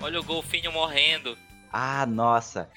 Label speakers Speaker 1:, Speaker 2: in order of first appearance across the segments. Speaker 1: Olha o golfinho morrendo.
Speaker 2: Ah, nossa.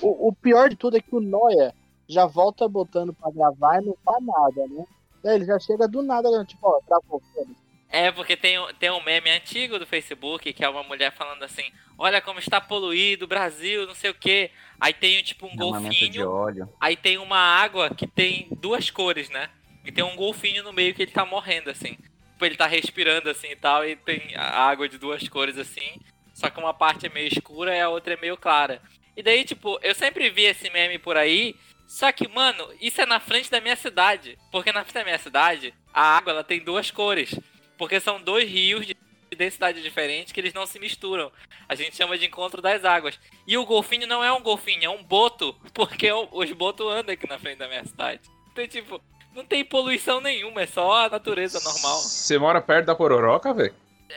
Speaker 3: O, o pior de tudo é que o Noia já volta botando pra gravar e não faz nada, né? Daí ele já chega do nada, né? tipo, ó, tá voltando.
Speaker 1: É, porque tem, um- tem um meme antigo do Facebook que é uma mulher falando assim: Olha como está poluído o Brasil, não sei o quê. Aí tem tipo um
Speaker 2: Derramamento de
Speaker 1: golfinho,
Speaker 2: óleo.
Speaker 1: aí tem uma água que tem duas cores, né? E tem um golfinho no meio que ele tá morrendo, assim. Tipo, ele tá respirando assim e tal, e tem a água de duas cores assim. Só que uma parte é meio escura e a outra é meio clara. E daí, tipo, eu sempre vi esse meme por aí. Só que, mano, isso é na frente da minha cidade. Porque na frente da minha cidade, a água ela tem duas cores. Porque são dois rios de densidade diferente que eles não se misturam. A gente chama de encontro das águas. E o golfinho não é um golfinho, é um boto. Porque o- os botos andam aqui na frente da minha cidade. Então, tipo, não tem poluição nenhuma, é só a natureza normal.
Speaker 4: Você mora perto da Pororoca, velho?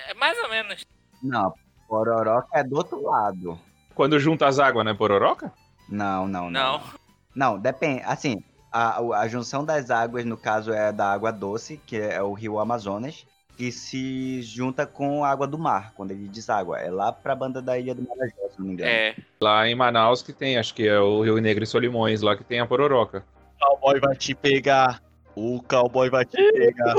Speaker 1: É mais ou menos.
Speaker 2: Não, Pororoca é do outro lado.
Speaker 4: Quando junta as águas, né? Pororoca?
Speaker 2: Não, não, não.
Speaker 1: Não.
Speaker 2: Não, depende. Assim, a, o- a junção das águas, no caso, é da água doce, que é o rio Amazonas, que se junta com a água do mar, quando ele deságua. É lá pra banda da Ilha do Marajó, se não me engano.
Speaker 1: É.
Speaker 4: Lá em Manaus que tem, acho que é o Rio Negro e Solimões, lá que tem a Pororoca.
Speaker 5: O cowboy vai te pegar. O cowboy vai te pegar.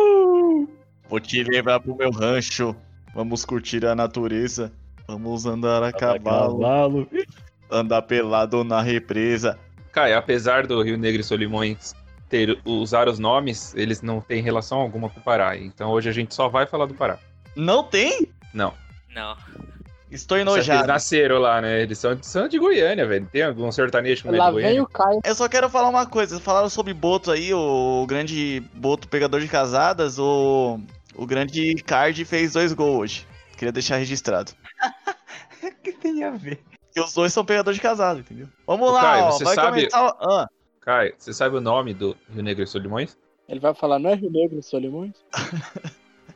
Speaker 5: Vou te levar pro meu rancho. Vamos curtir a natureza. Vamos andar a cavalo.
Speaker 6: Cavalo.
Speaker 5: Andar pelado na represa.
Speaker 4: Cara, apesar do Rio Negro e Solimões ter, usar os nomes, eles não têm relação alguma com o Pará. Então hoje a gente só vai falar do Pará.
Speaker 5: Não tem?
Speaker 1: Não.
Speaker 5: Estou
Speaker 4: Eles
Speaker 5: enojado.
Speaker 4: nasceram lá, né? Eles são, são de Goiânia, velho. Tem algum sertanejo com medo
Speaker 3: Lá
Speaker 4: de
Speaker 3: vem
Speaker 4: Goiânia?
Speaker 3: o Caio.
Speaker 5: Eu só quero falar uma coisa. Falaram sobre Boto aí, o grande Boto pegador de casadas. O, o grande Card fez dois gols hoje. Queria deixar registrado.
Speaker 2: O que tem a ver?
Speaker 5: Porque os dois são pegador de casado, entendeu? Vamos
Speaker 4: Ô,
Speaker 5: lá,
Speaker 4: Caio,
Speaker 5: ó,
Speaker 4: você
Speaker 5: vai
Speaker 4: sabe-
Speaker 5: começar. o- Ah,
Speaker 4: Caio, você sabe o nome do Rio Negro e Solimões?
Speaker 3: Ele vai falar, não é Rio Negro, Solimões?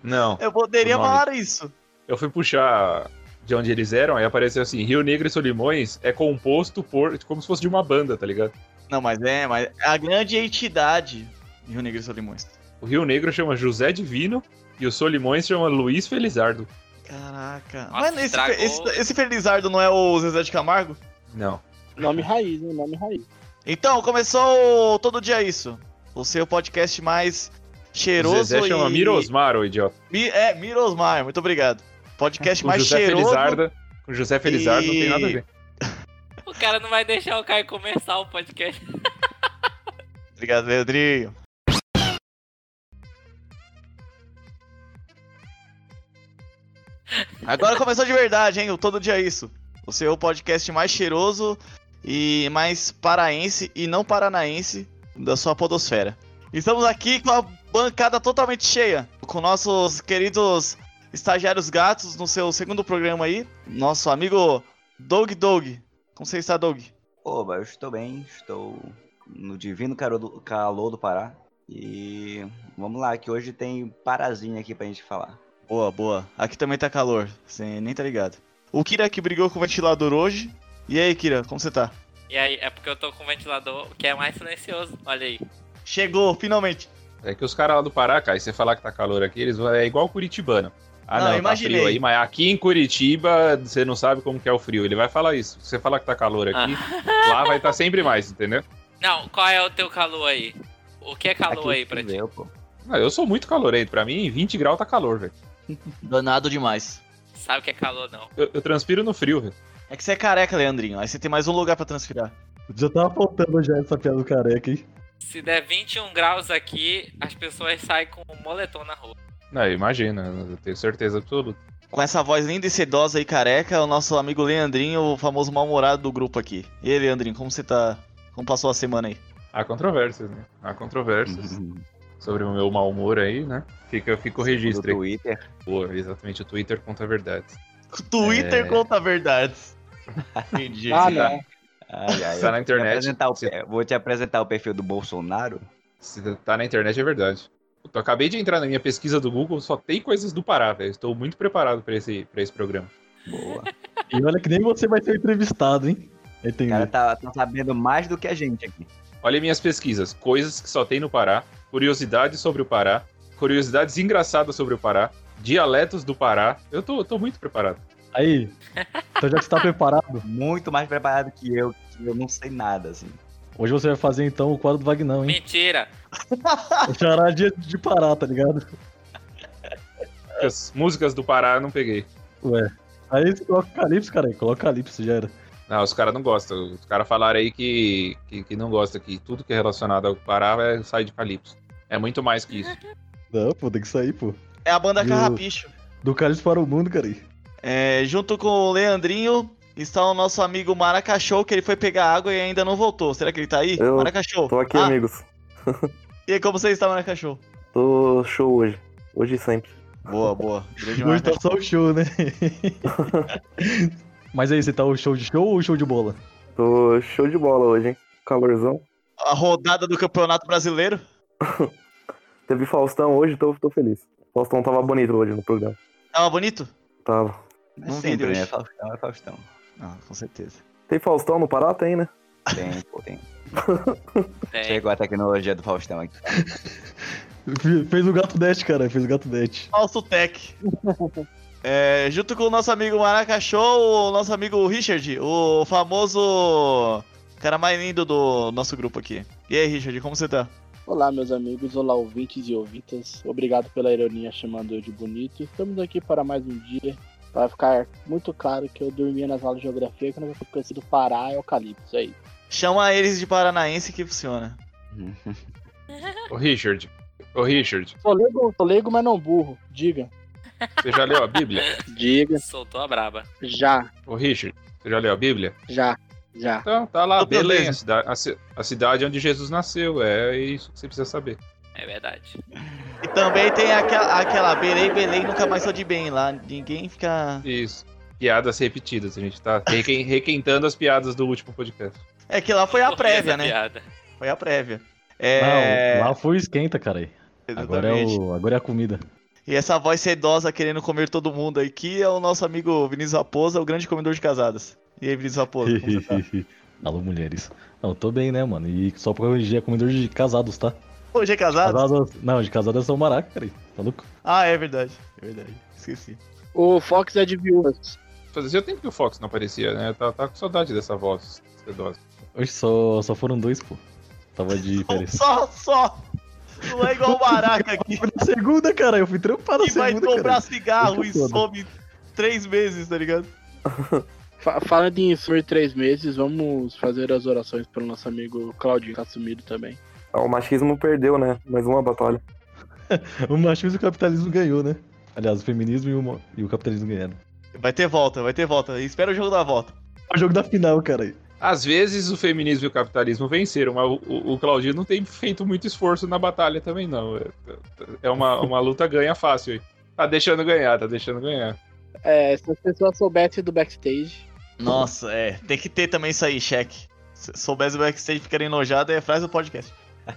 Speaker 4: Não.
Speaker 5: eu poderia
Speaker 4: O nome.
Speaker 5: falar isso.
Speaker 4: Eu fui puxar de onde eles eram e apareceu assim: Rio Negro e Solimões é composto por. como se fosse de uma banda, tá ligado?
Speaker 5: Não, mas é, mas a grande entidade de Rio Negro e Solimões.
Speaker 4: O Rio Negro chama José Divino e o Solimões chama Luiz Felizardo.
Speaker 5: Caraca.
Speaker 1: Nossa,
Speaker 5: Mano, esse,
Speaker 1: estragou.
Speaker 5: esse, esse Felizardo não é o Zezé de Camargo?
Speaker 4: Não.
Speaker 3: Nome raiz, né? Nome raiz.
Speaker 5: Então, começou o Todo Dia Isso. O seu podcast mais
Speaker 4: O
Speaker 5: cheiroso
Speaker 4: Zezé
Speaker 5: e...
Speaker 4: chama Mirosmar, o idiota.
Speaker 5: Mi- É, Mirosmar, muito obrigado. Podcast
Speaker 4: Com
Speaker 5: mais
Speaker 4: José
Speaker 5: cheiroso.
Speaker 4: Felizardo. Com José Felizardo não tem nada a ver.
Speaker 1: O cara não vai deixar o Caio começar o podcast.
Speaker 5: Obrigado, Leandrinho. Agora começou de verdade, hein? O Todo Dia Isso. O seu podcast mais cheiroso e mais paraense e não paranaense da sua podosfera. Estamos aqui com a bancada totalmente cheia, com nossos queridos estagiários gatos no seu segundo programa aí. Nosso amigo Doug Doug. Como você está, Doug?
Speaker 2: Oba, eu estou bem, estou no divino caro- do- calor do Pará. E vamos lá, que hoje tem parazinho aqui pra gente falar.
Speaker 5: Boa, boa. Aqui também tá calor, você nem tá ligado. O Kira que brigou com o ventilador hoje. E aí, Kira, como você tá?
Speaker 1: E aí, é porque eu tô com o ventilador que é mais silencioso. Olha aí.
Speaker 5: Chegou, finalmente.
Speaker 4: É que os caras lá do Pará, cara, se você falar que tá calor aqui, eles vão- é igual o curitibano. Ah,
Speaker 5: Não,
Speaker 4: não, tá
Speaker 5: imaginei.
Speaker 4: frio aí, mas aqui em Curitiba você não sabe como que é o frio. Ele vai falar isso. Se você falar que tá calor aqui,
Speaker 5: Ah.
Speaker 4: lá vai estar sempre mais, entendeu?
Speaker 1: Não, qual é o teu calor aí? O que é calor
Speaker 2: Aqui
Speaker 1: aí pra ti?
Speaker 2: choveu, pô.
Speaker 4: Ah, eu sou muito calorento. Pra mim, 20 graus tá calor, velho.
Speaker 5: Danado demais.
Speaker 1: Sabe o que é calor, não.
Speaker 4: Eu, eu transpiro no frio, velho.
Speaker 5: É que você é careca, Leandrinho. Aí você tem mais um lugar pra transpirar.
Speaker 6: Já tava faltando já essa piada do careca, hein?
Speaker 1: Se der 21 graus aqui, as pessoas saem com um moletom na rua.
Speaker 4: Não, imagina, Ah, eu tenho certeza absoluta.
Speaker 5: Com essa voz linda e sedosa e careca, o nosso amigo Leandrinho, o famoso mal-humorado do grupo aqui. E aí, Leandrinho, como você tá? Como passou a semana aí?
Speaker 4: Há controvérsias, né? Há
Speaker 2: Uhum.
Speaker 4: controvérsias sobre o meu mau humor aí, né? Fica, fica o
Speaker 2: Do
Speaker 4: registro aí.
Speaker 2: Twitter.
Speaker 4: Boa, exatamente, o Twitter conta a verdade. É.
Speaker 5: Twitter conta verdades. Entendi.
Speaker 3: Ah,
Speaker 4: esse tá-
Speaker 3: não.
Speaker 2: Ai, ai,
Speaker 4: Tá na
Speaker 2: É, eu vou te
Speaker 4: internet.
Speaker 2: apresentar o
Speaker 4: Você-
Speaker 2: pe- Vou te apresentar o perfil do Bolsonaro.
Speaker 4: Se tá na internet é verdade. Puta, Eu acabei de entrar na minha pesquisa do Google, só tem coisas do Pará, velho. Estou muito preparado pra esse, pra esse programa.
Speaker 2: Boa.
Speaker 6: E olha que nem você vai ser entrevistado, hein?
Speaker 2: O
Speaker 6: Entendi.
Speaker 2: cara tá, tá sabendo mais do que a gente aqui.
Speaker 4: Olha minhas pesquisas: coisas que só tem no Pará, curiosidades sobre o Pará, curiosidades engraçadas sobre o Pará, dialetos do Pará. Eu tô, tô muito preparado.
Speaker 6: Aí, então já que você tá preparado,
Speaker 2: Muito mais preparado que eu, que eu não sei nada, assim.
Speaker 6: hoje você vai fazer então o quadro do Vagnão, hein?
Speaker 1: Mentira!
Speaker 6: O Xará é dia de parar, tá ligado?
Speaker 4: As músicas do Pará eu não peguei.
Speaker 6: Ué. Aí você coloca o Calypso, cara, aí coloca o Calypso, já era.
Speaker 4: Não, Ah, os caras não gostam. Os caras falaram aí que, que, que não gosta, que tudo que é relacionado ao Pará vai sair de Calypso. É muito mais que isso.
Speaker 6: Não, pô, tem que sair, pô.
Speaker 5: É a banda
Speaker 6: Ju-
Speaker 5: Carrapicho.
Speaker 6: Do Calypso para o mundo, cara. aí.
Speaker 5: É, junto com o Leandrinho está o nosso amigo Maracachou, que ele foi pegar água e ainda não voltou. Será que ele tá aí?
Speaker 7: Eu
Speaker 5: Maracachou.
Speaker 7: Tô aqui,
Speaker 5: Ah,
Speaker 7: amigos.
Speaker 5: E aí, como você está, Maracachou?
Speaker 7: Tô show hoje. Hoje e sempre.
Speaker 5: Boa, boa. Grande
Speaker 6: Hoje tá
Speaker 5: Maracachou.
Speaker 6: só o show, né? Mas aí, você tá o show de show ou o show de bola?
Speaker 7: Tô show de bola hoje, hein? Calorzão.
Speaker 5: A rodada do Campeonato Brasileiro.
Speaker 7: Teve Faustão hoje, tô, tô feliz. Faustão tava bonito hoje no programa.
Speaker 5: Tava bonito?
Speaker 7: Tava.
Speaker 2: É
Speaker 5: Não vi
Speaker 2: sempre,
Speaker 5: Deus.
Speaker 2: né? Faustão é Faustão.
Speaker 5: Ah, com certeza.
Speaker 7: Tem Faustão no Pará? Tem, né?
Speaker 2: Tem, pô, tem.
Speaker 1: Tem.
Speaker 2: Chegou a tecnologia do Faustão aqui.
Speaker 6: Fe- Fez o gato net, cara, fez o gato net.
Speaker 5: Falso Tech. É, junto com o nosso amigo Maracachou, o nosso amigo Richard, o famoso cara mais lindo do nosso grupo aqui. E aí, Richard, como você tá?
Speaker 3: Olá, meus amigos, olá, ouvintes e ouvintas. Obrigado pela ironia chamando eu de bonito. Estamos aqui para mais um dia. Vai ficar muito claro que eu dormia nas aulas de geografia quando eu cansei do Pará é o Calypso, é isso.
Speaker 5: Chama eles de paranaense que funciona.
Speaker 4: Ô, Richard. Ô, Richard.
Speaker 3: Sou leigo, sou leigo, mas não burro. Diga.
Speaker 4: Você já leu a Bíblia?
Speaker 3: Diga.
Speaker 1: Soltou a braba.
Speaker 3: Já,
Speaker 4: Ô, Richard. Você já leu a Bíblia?
Speaker 3: já, já.
Speaker 4: Então, tá lá,
Speaker 5: Outra
Speaker 4: Belém,
Speaker 5: vez.
Speaker 4: a, cida- a ci- a cidade onde Jesus nasceu. É isso que você precisa saber.
Speaker 1: É verdade.
Speaker 5: E também tem aquela, aquela Belém, Belém, nunca mais sou de bem lá. Ninguém fica.
Speaker 4: Isso. Piadas repetidas. A gente tá requen- requentando as piadas do último podcast.
Speaker 5: É que lá foi a
Speaker 1: Por que
Speaker 5: prévia,
Speaker 1: essa
Speaker 5: né?
Speaker 1: piada?
Speaker 5: Foi a prévia. É.
Speaker 6: Não, lá foi o esquenta, cara. aí. Agora é,
Speaker 5: exatamente.
Speaker 6: o, agora é a comida.
Speaker 5: E essa voz sedosa querendo comer todo mundo aqui é o nosso amigo Vinícius Raposa, o grande comedor de casadas. E aí, Vinícius Raposa, como você tá?
Speaker 6: Alô, mulheres. Não, tô bem, né, mano? E só pra corrigir, é comedor de casados, tá?
Speaker 5: Hoje é casado?
Speaker 6: Casadas. Não, de casadas são maraca, cara. aí. Tá louco?
Speaker 5: Ah, é verdade. É verdade. Esqueci.
Speaker 3: O Fox é de viúvas.
Speaker 4: Fazia tempo que o Fox não aparecia, né? Tá, tá com saudade dessa voz sedosa.
Speaker 6: Hoje só, só foram dois, pô. Tava de férias.
Speaker 5: Só, só. Não é igual o Baraca aqui
Speaker 6: Foi na segunda, cara. Eu fui trampar na
Speaker 5: que vai
Speaker 6: segunda,
Speaker 5: comprar
Speaker 6: cara.
Speaker 5: cigarro e
Speaker 6: é Muito foda.
Speaker 5: some três meses, tá ligado?
Speaker 3: Fa fala de Insur três meses, vamos fazer as orações pelo nosso amigo Claudinho, tá sumido também.
Speaker 7: Ah, O machismo perdeu, né? Mais uma batalha.
Speaker 6: O machismo e o capitalismo ganhou, né? Aliás, o feminismo e o, mo- e o capitalismo ganharam.
Speaker 5: Vai ter volta, vai ter volta. Espera o jogo da volta.
Speaker 6: É o jogo da final, cara. aí.
Speaker 4: Às vezes o feminismo e o capitalismo venceram, mas o, o- o Claudinho não tem feito muito esforço na batalha também, não. É, é uma, uma luta ganha fácil aí. Tá deixando ganhar, tá deixando ganhar.
Speaker 3: É, se as pessoas soubessem do backstage,
Speaker 5: Nossa, é. Tem que ter também isso aí, cheque. Se soubesse o backstage ficar enojado, é frase do podcast.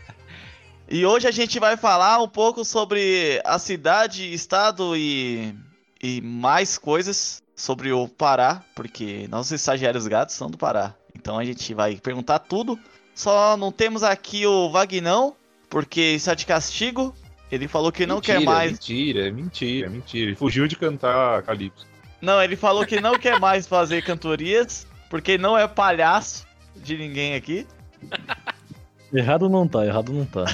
Speaker 5: E hoje a gente vai falar um pouco sobre a cidade, estado e, e mais coisas sobre o Pará, porque nossos estagiários gatos são do Pará. Então a gente vai perguntar tudo. Só não temos aqui o Vagnão, porque está de castigo. Ele falou que não quer
Speaker 4: Mentira,
Speaker 5: mais.
Speaker 4: Mentira, é mentira, mentira. Ele fugiu de cantar Calypso.
Speaker 5: Não, ele falou que não quer mais fazer cantorias, porque não é palhaço de ninguém aqui.
Speaker 6: Errado não tá, errado não tá.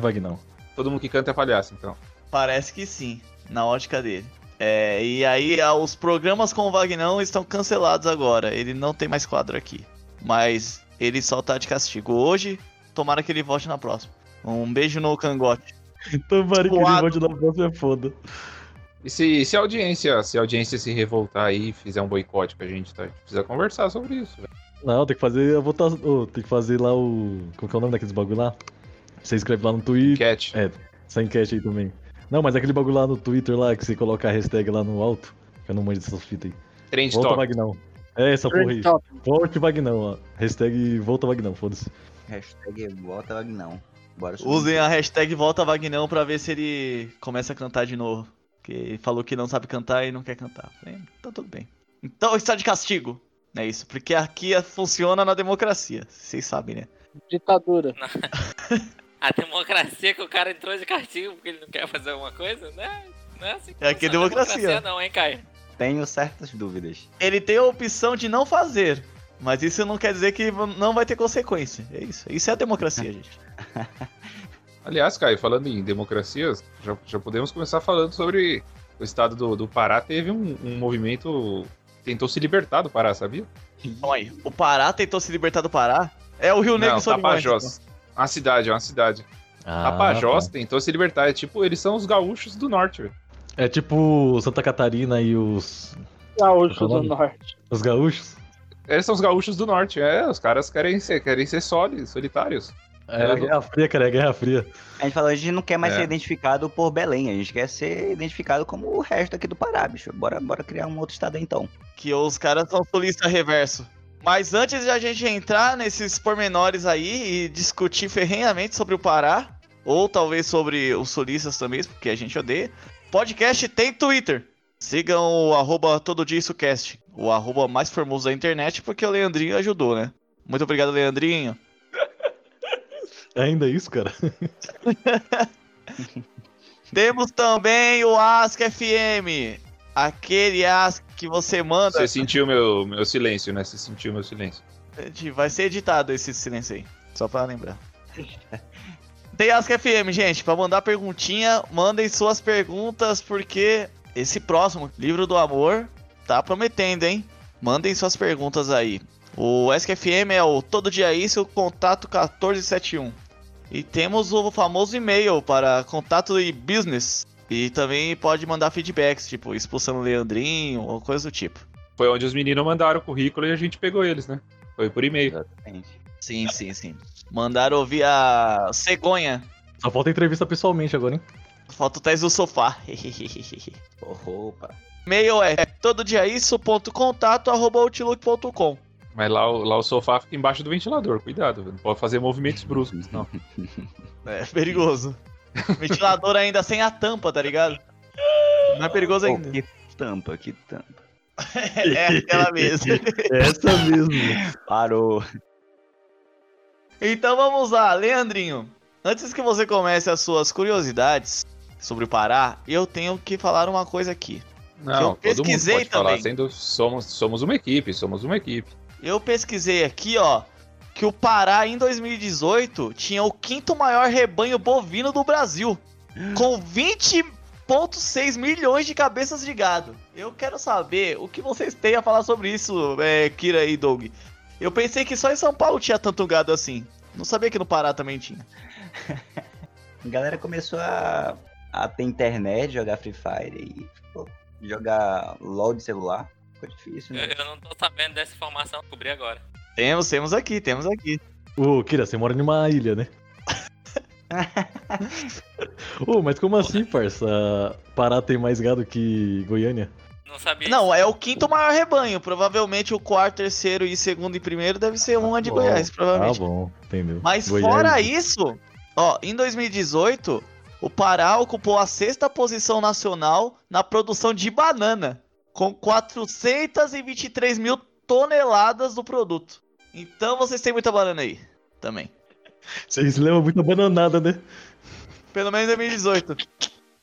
Speaker 6: Vagnão.
Speaker 4: Todo mundo que canta é palhaço, então.
Speaker 5: Parece que sim, na ótica dele. É, e aí ah, os programas com o Vagnão estão cancelados agora. Ele não tem mais quadro aqui. Mas ele só tá de castigo hoje. Tomara que ele volte na próxima. Um beijo no cangote. Então,
Speaker 6: Tomara que ele
Speaker 5: Suado.
Speaker 6: volte na
Speaker 5: é
Speaker 6: próxima foda.
Speaker 4: E se, se a audiência, se a audiência se revoltar aí e fizer um boicote com a gente, tá? A gente precisa conversar sobre isso. velho.
Speaker 6: Não, tem que fazer a votação. ô, tem que fazer lá o. Como que é o nome daqueles bagulho lá? Você escreve lá no Twitter.
Speaker 4: Enquete.
Speaker 6: Essa enquete aí também. Não, mas aquele bagulho lá no Twitter lá que você coloca a hashtag lá no alto. Eu não manjo dessas fitas aí.
Speaker 4: Trend
Speaker 6: Volta
Speaker 4: top.
Speaker 6: Vagnão. É essa porra aí.
Speaker 3: Top.
Speaker 6: Volte Vagnão, ó. Hashtag volta Vagnão, foda-se.
Speaker 2: Hashtag volta não. Bora subir.
Speaker 5: Usem a hashtag Volta Vagnão pra ver se ele começa a cantar de novo. Porque ele falou que não sabe cantar e não quer cantar. É, Então tudo bem. Então está de castigo. É isso, porque aqui funciona na democracia. Vocês sabem, né?
Speaker 3: ditadura.
Speaker 1: A democracia que o cara entrou de castigo porque ele não quer fazer alguma coisa, né? Não é assim que
Speaker 5: É aqui
Speaker 1: funciona
Speaker 5: democracia.
Speaker 1: não, hein, Caio?
Speaker 2: tenho certas dúvidas.
Speaker 5: Ele tem a opção de não fazer, mas isso não quer dizer que não vai ter consequência. É isso. Isso é a democracia, gente.
Speaker 4: Aliás, Caio, falando em democracias, já, já podemos começar falando sobre o estado do, do Pará. Teve um, um movimento. Tentou se libertar do Pará, sabia?
Speaker 5: Então aí, o Pará tentou se libertar do Pará? É o Rio Negro
Speaker 4: Não,
Speaker 5: sob
Speaker 4: Tapajós. Uma cidade, é uma cidade.
Speaker 6: Ah,
Speaker 4: Tapajós
Speaker 6: tá.
Speaker 4: tentou se libertar. É tipo, eles são os gaúchos do norte, velho.
Speaker 6: É tipo Santa Catarina e os,
Speaker 3: Gaúcho
Speaker 6: Qual que é o
Speaker 3: do
Speaker 6: nome?
Speaker 3: Norte.
Speaker 6: os gaúchos.
Speaker 4: Eles são os gaúchos do norte. É, os caras querem ser, querem ser soli, solitários.
Speaker 6: É,
Speaker 4: É,
Speaker 6: a Guerra Fria, cara, é a Guerra Fria.
Speaker 2: A gente falou, a gente não quer mais
Speaker 4: É.
Speaker 2: ser identificado por Belém, a gente quer ser identificado como o resto aqui do Pará, bicho. Bora, bora criar um outro estado aí, então.
Speaker 5: que os caras são solista reverso. Mas antes de a gente entrar nesses pormenores aí e discutir ferrenhamente sobre o Pará, ou talvez sobre os solistas também, porque a gente odeia, podcast tem Twitter. Sigam o arroba todo dia isso cast, o arroba mais formoso da internet, porque o Leandrinho ajudou, né? Muito obrigado, Leandrinho.
Speaker 6: Ainda é isso, cara?
Speaker 5: Temos também o Ask FM, aquele Ask que você manda.
Speaker 4: Você sentiu meu, meu silêncio, né? Você sentiu meu silêncio.
Speaker 5: Gente, Vai ser editado esse silêncio aí, só pra lembrar. Tem Ask FM, gente, pra mandar perguntinha, mandem suas perguntas, porque esse próximo livro do amor tá prometendo, hein? Mandem suas perguntas aí. O Ask FM é o Todo Dia Isso, contato 1471. E temos o famoso e-mail para contato e business. E também pode mandar feedbacks, tipo expulsando o Leandrinho ou coisa do tipo.
Speaker 4: Foi onde os meninos mandaram o currículo e a gente pegou eles, né? Foi por e-mail.
Speaker 2: Exatamente.
Speaker 5: Sim, sim, sim. Mandaram ouvir a cegonha.
Speaker 6: Só falta entrevista pessoalmente agora, hein?
Speaker 5: Falta o teste do sofá.
Speaker 2: Opa.
Speaker 5: E-mail é todo dia isso.contato.outlook.com.
Speaker 4: Mas lá, o- lá o sofá fica embaixo do ventilador, cuidado, velho. não pode fazer movimentos bruscos, não.
Speaker 5: É perigoso. Ventilador ainda sem a tampa, tá ligado? Não é perigoso
Speaker 2: Oh,
Speaker 5: ainda.
Speaker 2: que tampa, que tampa.
Speaker 5: É aquela mesmo.
Speaker 6: Essa mesmo.
Speaker 2: Parou.
Speaker 5: Então vamos lá, Leandrinho. Antes que você comece as suas curiosidades sobre o Pará, eu tenho que falar uma coisa aqui.
Speaker 4: Não, todo mundo
Speaker 5: pesquisei
Speaker 4: pode falar,
Speaker 5: também.
Speaker 4: sendo somos, somos uma equipe, somos uma equipe.
Speaker 5: Eu pesquisei aqui, ó, que o Pará em 2018 tinha o quinto maior rebanho bovino do Brasil, com 20,6 milhões de cabeças de gado. Eu quero saber o que vocês têm a falar sobre isso, é, Kira e Doug. Eu pensei que só em São Paulo tinha tanto gado assim. Não sabia que no Pará também tinha.
Speaker 2: A galera começou a, a ter internet, jogar Free Fire e pô, jogar LOL de celular. Ficou difícil, né?
Speaker 1: Eu, eu não tô sabendo dessa informação, descobri agora.
Speaker 5: Temos, temos aqui, temos aqui.
Speaker 6: Ô, Kira, você mora numa ilha, né? Ô, mas como assim, parça? Pará tem mais gado que Goiânia?
Speaker 1: Não sabia.
Speaker 5: Não, é o quinto maior rebanho. Provavelmente o quarto, terceiro e segundo e primeiro deve ser uma de
Speaker 6: bom.
Speaker 5: Goiás,
Speaker 6: Ah,
Speaker 5: provavelmente.
Speaker 6: bom, entendeu. é,
Speaker 5: Mas
Speaker 6: Goiânia-
Speaker 5: fora isso, ó, em 2018, o Pará ocupou a sexta posição nacional na produção de banana, com 423 mil toneladas do produto. Então vocês têm muita banana aí também.
Speaker 6: Vocês levam muita bananada, né?
Speaker 5: Pelo menos em 2018.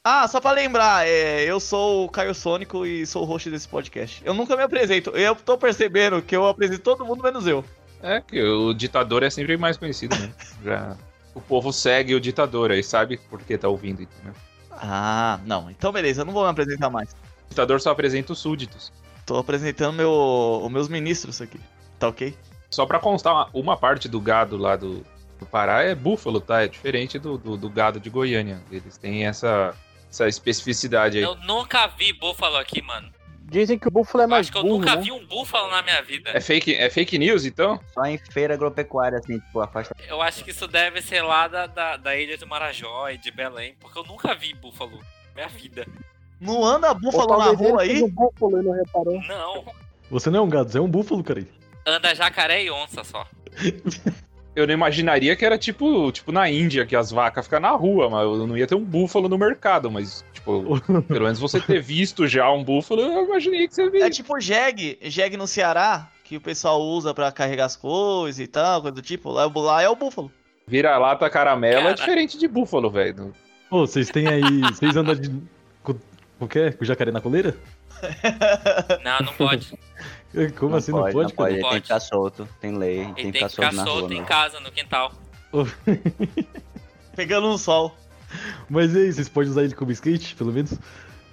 Speaker 5: Ah, só pra lembrar, é, eu sou o Caio Sônico e sou o host desse podcast. Eu nunca me apresento, eu tô percebendo que eu apresento todo mundo menos eu.
Speaker 4: É que o ditador é sempre mais conhecido, né? Já, o povo segue o ditador, aí sabe por que tá ouvindo, entendeu?
Speaker 5: Ah, não, então beleza, eu não vou me apresentar mais.
Speaker 4: O ditador só apresenta os súditos.
Speaker 5: Tô apresentando meu, os meus ministros aqui. Tá ok?
Speaker 4: Só pra constar, uma, uma parte do gado lá do, do Pará é búfalo, tá? É diferente do, do, do gado de Goiânia. Eles têm essa, essa especificidade aí.
Speaker 1: Eu nunca vi búfalo aqui, mano.
Speaker 3: Dizem que o búfalo é
Speaker 1: Eu
Speaker 3: mais
Speaker 1: acho que eu
Speaker 3: burro,
Speaker 1: nunca
Speaker 3: né?
Speaker 1: vi um búfalo na minha vida.
Speaker 4: É fake, é fake news, então?
Speaker 2: Só em feira agropecuária, assim, tipo, afasta.
Speaker 1: Eu acho que isso deve ser lá da, da, da ilha do Marajó e de Belém, porque eu nunca vi búfalo na minha vida.
Speaker 5: Não anda
Speaker 3: Ou
Speaker 5: búfalo na
Speaker 3: talvez
Speaker 5: rua
Speaker 3: ele
Speaker 5: aí?
Speaker 3: seja um búfalo e não reparou.
Speaker 1: Não.
Speaker 6: Você não é um gado, você é um búfalo, cara.
Speaker 1: Anda jacaré e onça só.
Speaker 4: Eu não imaginaria que era tipo, tipo na Índia, que as vacas ficam na rua, mas eu não ia ter um búfalo no mercado, mas, tipo, pelo menos você ter visto já um búfalo, eu imaginei que você
Speaker 5: É
Speaker 4: viu.
Speaker 5: tipo jegue, jegue no Ceará, que o pessoal usa pra carregar as coisas e tal, coisa do tipo. Lá, lá é o búfalo.
Speaker 4: Vira-lata caramelo é
Speaker 1: Cara.
Speaker 4: diferente de búfalo, velho.
Speaker 6: Ô, vocês têm aí. Vocês andam de. com- O quê? Com o jacaré na coleira?
Speaker 1: Não, não pode.
Speaker 6: Como assim? Não pode,
Speaker 2: Não pode,
Speaker 6: cara?
Speaker 2: ele tem que
Speaker 1: Pode.
Speaker 2: estar solto. Tem lei, ele
Speaker 1: Ele tem que
Speaker 2: ficar
Speaker 1: ficar
Speaker 2: solto
Speaker 1: solto
Speaker 2: tá na
Speaker 1: em
Speaker 2: rua.
Speaker 1: casa, no quintal.
Speaker 5: Pegando um sol.
Speaker 6: Mas e aí, vocês podem usar ele como skate, pelo menos?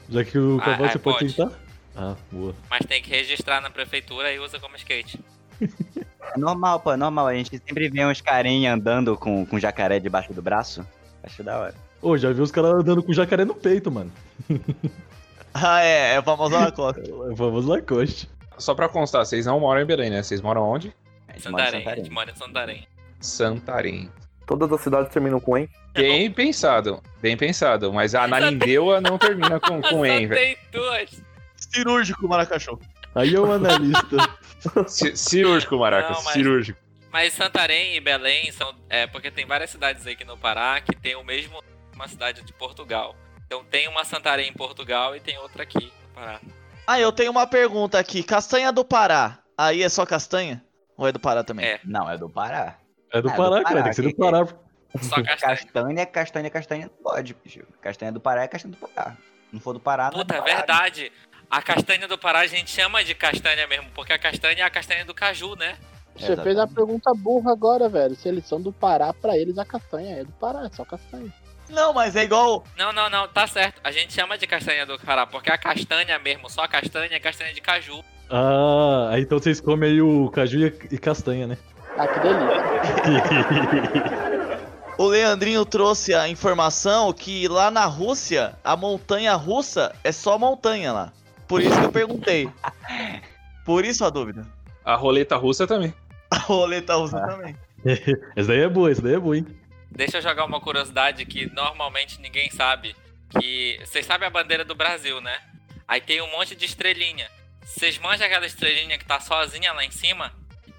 Speaker 6: Já que o
Speaker 1: Ah,
Speaker 6: cavalo
Speaker 1: ah,
Speaker 6: você pode,
Speaker 1: pode.
Speaker 6: tentar? Ah, boa.
Speaker 1: Mas tem que registrar na prefeitura e usa como skate.
Speaker 2: É normal, pô, é normal. A gente sempre vê uns carinha andando com, com jacaré debaixo do braço. Acho da hora.
Speaker 6: Ô, já vi os caras andando com jacaré no peito, mano.
Speaker 5: Ah, é, é o famoso Alacosta.
Speaker 6: Vamos lá, Coste.
Speaker 4: Só pra constar, vocês não moram em Belém, né? Vocês moram onde?
Speaker 2: A gente mora em
Speaker 1: Santarém. é A gente mora em Santarém.
Speaker 4: Santarém.
Speaker 7: Todas as cidades terminam com em.
Speaker 4: Bem pensado, bem pensado. Mas a Nanindeua não termina com, com
Speaker 1: Só
Speaker 4: em, velho.
Speaker 1: tem duas.
Speaker 5: Cirúrgico Maracachô.
Speaker 6: Aí é um analista.
Speaker 4: Ci- Cirúrgico, Maraca,
Speaker 1: Não, mas-
Speaker 4: cirúrgico.
Speaker 1: Mas Santarém e Belém são. É, porque tem várias cidades aqui no Pará que tem o mesmo. Uma cidade de Portugal. Então tem uma Santarém em Portugal e tem outra aqui no Pará.
Speaker 5: Ah, eu tenho uma pergunta aqui. Castanha do Pará, aí é só castanha? Ou é do Pará também?
Speaker 1: É.
Speaker 2: Não, é do Pará.
Speaker 6: É do
Speaker 2: É, do
Speaker 6: Pará, cara.
Speaker 2: Pará,
Speaker 6: Tem que ser do
Speaker 2: quem
Speaker 6: Pará.
Speaker 1: Só castanha.
Speaker 2: Castanha, castanha, castanha não pode, bicho. Castanha do Pará é castanha do Pará. Não for do Pará, não
Speaker 1: Puta,
Speaker 2: é
Speaker 1: é
Speaker 2: do Pará.
Speaker 1: verdade. A castanha do Pará a gente chama de castanha mesmo, porque a castanha é a castanha do caju, né?
Speaker 3: Você
Speaker 2: Exatamente.
Speaker 3: fez a pergunta burra agora, velho. Se eles são do Pará, pra eles a castanha é do Pará, é só castanha.
Speaker 5: Não, mas é igual.
Speaker 1: Não, não, não, tá certo. A gente chama de castanha do Pará, porque a castanha mesmo, só a castanha é castanha de caju.
Speaker 6: Ah, aí então vocês comem aí o caju e e castanha, né?
Speaker 3: Ah, que delícia.
Speaker 5: O Leandrinho trouxe a informação que lá na Rússia, a montanha russa é só montanha lá. Por isso que eu perguntei. Por isso a dúvida.
Speaker 4: A roleta russa também.
Speaker 5: A roleta tá russa também.
Speaker 6: Essa daí é boa, essa daí é boa, hein?
Speaker 1: Deixa eu jogar uma curiosidade que normalmente ninguém sabe. Que vocês sabem a bandeira do Brasil, né? Aí tem um monte de estrelinha. Vocês manjam aquela estrelinha que tá sozinha lá em cima?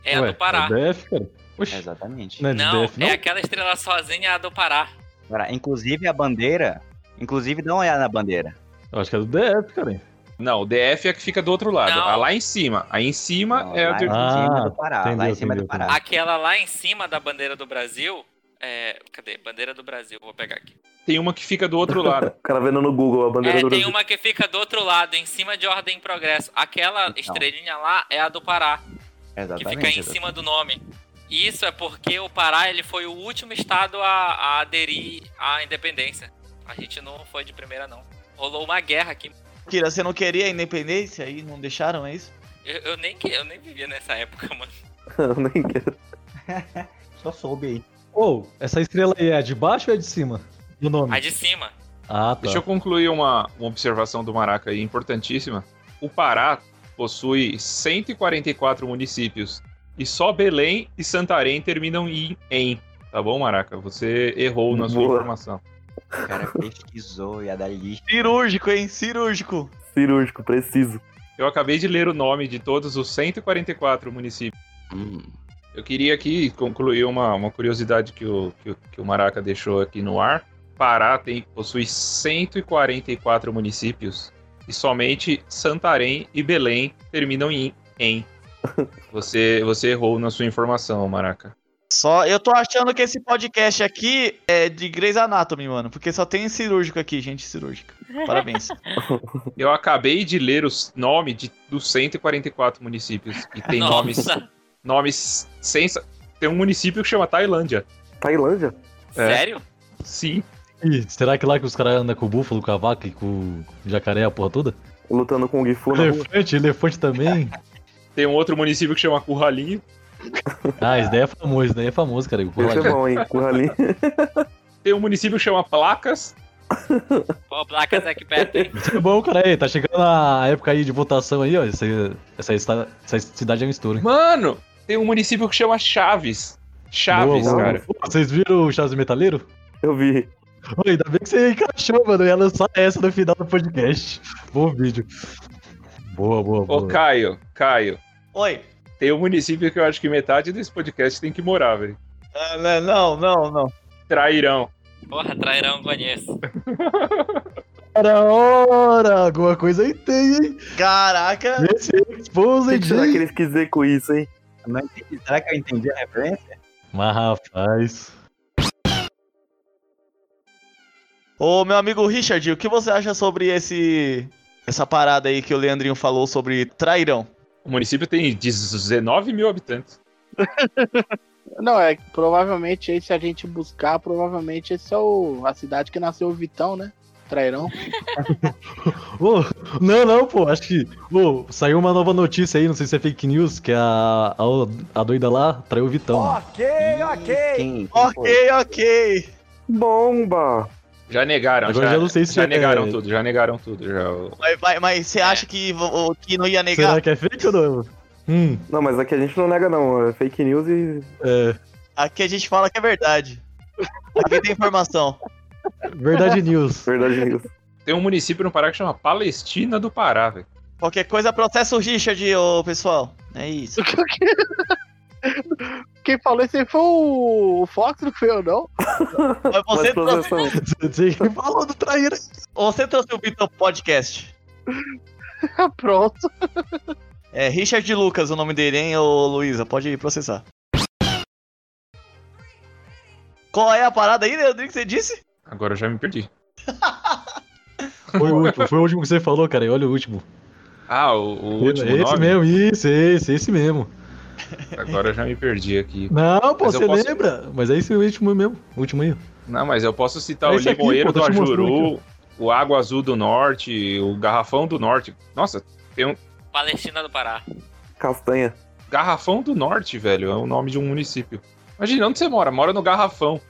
Speaker 1: É a
Speaker 6: Ué,
Speaker 1: do Pará.
Speaker 6: É DF, cara. Oxi,
Speaker 2: Exatamente.
Speaker 6: não é de
Speaker 1: Não,
Speaker 6: DF, não?
Speaker 1: é aquela estrela sozinha, é a do Pará.
Speaker 2: Pará. Inclusive a bandeira. Inclusive, dá uma olhada na bandeira.
Speaker 6: Eu acho que é do DF, cara.
Speaker 4: Não, o DF é a que fica do outro lado.
Speaker 1: Não.
Speaker 4: A lá em cima. A em cima
Speaker 2: Não,
Speaker 4: é a
Speaker 2: lá
Speaker 4: do...
Speaker 2: em cima
Speaker 6: Ah,
Speaker 2: do Pará. lá em
Speaker 6: entendeu,
Speaker 2: cima do
Speaker 6: entendeu,
Speaker 2: Pará.
Speaker 1: Aquela lá em cima da bandeira do Brasil. É, cadê? Bandeira do Brasil, vou pegar aqui.
Speaker 4: Tem uma que fica do outro lado.
Speaker 7: O cara vendo no Google a bandeira
Speaker 1: É,
Speaker 7: do
Speaker 1: tem
Speaker 7: Brasil.
Speaker 1: uma que fica do outro lado, em cima de Ordem e Progresso. Aquela
Speaker 2: Então.
Speaker 1: estrelinha lá é a do Pará, que
Speaker 2: Exatamente.
Speaker 1: fica em cima do nome. E Isso é porque o Pará ele foi o último estado a, a aderir à independência. A gente não foi de primeira, não. Rolou uma guerra aqui.
Speaker 5: Kira, você não queria a independência e não deixaram, é isso?
Speaker 1: Eu, eu nem, que- eu nem vivia nessa época, mano.
Speaker 7: Eu nem quero.
Speaker 2: Só soube aí.
Speaker 6: Ou, essa estrela aí é a de baixo ou é a de cima? Do nome?
Speaker 1: A de cima.
Speaker 6: Ah, tá.
Speaker 4: Deixa eu concluir uma, uma observação do Maraca aí, importantíssima. O Pará possui 144 municípios e só Belém e Santarém terminam em. em. Tá bom, Maraca? Você errou na sua
Speaker 7: Boa.
Speaker 4: informação.
Speaker 2: O cara pesquisou e a da lista.
Speaker 5: Cirúrgico, hein? Cirúrgico.
Speaker 7: Cirúrgico, preciso.
Speaker 4: Eu acabei de ler o nome de todos os 144 municípios.
Speaker 2: Hum,
Speaker 4: Eu queria aqui concluir uma, uma curiosidade que o, que, o, que o Maraca deixou aqui no ar. Pará tem, possui 144 municípios e somente Santarém e Belém terminam em. em. Você, você errou na sua informação, Maraca.
Speaker 5: Só, eu tô achando que esse podcast aqui é de Grey's Anatomy, mano, porque só tem cirúrgico aqui, gente cirúrgica. Parabéns.
Speaker 4: Eu acabei de ler o nome de, dos 144 municípios e tem nomes, É.
Speaker 1: Nossa,
Speaker 4: nomes sensa... Tem um município que chama Tailândia.
Speaker 7: Tailândia?
Speaker 1: sério?
Speaker 4: Sim.
Speaker 6: Ih, será que lá que os caras andam com o búfalo, com a vaca e com o jacaré, a porra toda?
Speaker 7: Lutando com o Gifu na rua.
Speaker 6: Elefante, elefante também.
Speaker 4: Tem um outro município que chama Curralinho.
Speaker 6: Ah, isso daí é famoso, isso daí é famoso, cara. Eu vou
Speaker 7: Esse
Speaker 6: lá.
Speaker 7: é bom, hein? Curralinho.
Speaker 4: Tem um município que chama Placas.
Speaker 1: Pô, placas aqui perto, hein?
Speaker 6: Isso é bom, cara. Aí, tá chegando a época aí de votação aí, ó. Essa, essa, esta- essa cidade é um estouro, hein?
Speaker 4: Mano, tem um município que chama Chaves. Chaves,
Speaker 6: Boa, boa.
Speaker 4: cara.
Speaker 6: Vocês viram o Chaves Metaleiro?
Speaker 7: Eu vi.
Speaker 6: Ô, ainda bem que você encaixou, mano. Eu ia lançar essa no final do podcast. Bom vídeo. Boa, boa, boa.
Speaker 4: Ô, Caio, Caio.
Speaker 5: Oi.
Speaker 4: Tem um município que eu acho que metade desse podcast tem que morar, velho.
Speaker 5: Ah, né, Não, não, não.
Speaker 4: Trairão.
Speaker 1: Porra, trairão, conheço.
Speaker 6: Ora, ora, alguma coisa aí tem, hein?
Speaker 5: Caraca,
Speaker 6: Esse Exposed,
Speaker 7: O que será
Speaker 6: hein?
Speaker 7: que eles quis dizer com isso, hein?
Speaker 2: eu não entendi. Será que eu entendi a referência?
Speaker 6: Mas, rapaz...
Speaker 5: Ô, meu amigo Richard, o que você acha sobre esse essa parada aí que o Leandrinho falou sobre trairão?
Speaker 4: O município tem 19 mil habitantes.
Speaker 3: Não, é que provavelmente aí se a gente buscar, provavelmente esse é o, a cidade que nasceu o Vitão, né? Trairão.
Speaker 6: Ô, não, não, pô, acho que. ô, saiu uma nova notícia aí, não sei se é fake news, que a, a, a doida lá traiu o Vitão. mano.
Speaker 2: Ok, ok. Quem, quem foi?
Speaker 5: Ok, ok.
Speaker 7: Bomba!
Speaker 4: Já negaram,
Speaker 6: Agora
Speaker 4: já,
Speaker 6: eu já não sei se
Speaker 4: já
Speaker 6: é-
Speaker 4: negaram tudo, já negaram tudo. Já.
Speaker 5: Mas, vai- mas você acha que, vo- que não ia negar?
Speaker 6: Será que é fake ou não? Hum,
Speaker 7: Não, mas aqui a gente não nega, não. É fake news e.
Speaker 6: é.
Speaker 5: Aqui a gente fala que é verdade. Aqui tem informação.
Speaker 6: Verdade News.
Speaker 7: Verdade news.
Speaker 4: Tem um município no Pará que chama Palestina do Pará, velho.
Speaker 5: Qualquer coisa, processa o Richard, ô pessoal. É isso.
Speaker 3: Quem falou isso aí foi o o Fox, não fui eu, não?
Speaker 5: Mas
Speaker 7: Mas
Speaker 5: você,
Speaker 1: tá-
Speaker 5: trouxe,
Speaker 7: processão.
Speaker 6: Não sei quem
Speaker 5: falou do traíra. você trouxe o Vitão pro podcast.
Speaker 3: Tá Pronto.
Speaker 5: É Richard Lucas o nome dele, hein, ô Luísa? Pode processar. Qual é a parada aí, Leandrinho, que você disse?
Speaker 4: Agora eu já me perdi.
Speaker 6: Foi o último, foi o último que você falou, cara. e Olha o último.
Speaker 4: Ah, o, o último
Speaker 6: esse
Speaker 4: nome?
Speaker 6: mesmo, isso, esse, esse mesmo.
Speaker 4: Agora eu já me perdi aqui.
Speaker 6: Não, pô,
Speaker 4: Mas eu
Speaker 6: você
Speaker 4: posso-
Speaker 6: lembra? Mas é esse último mesmo. Último aí.
Speaker 4: Não, mas eu posso citar
Speaker 6: É
Speaker 4: o
Speaker 6: esse aqui,
Speaker 4: Limoeiro
Speaker 6: pô, tô
Speaker 4: do
Speaker 6: te mostrando
Speaker 4: Ajuru, o Água Azul do Norte, o Garrafão do Norte. Nossa,
Speaker 1: Palestina do Pará.
Speaker 7: Castanha.
Speaker 4: Garrafão do Norte, velho, é o nome de um município. Imagina onde você mora, mora no Garrafão.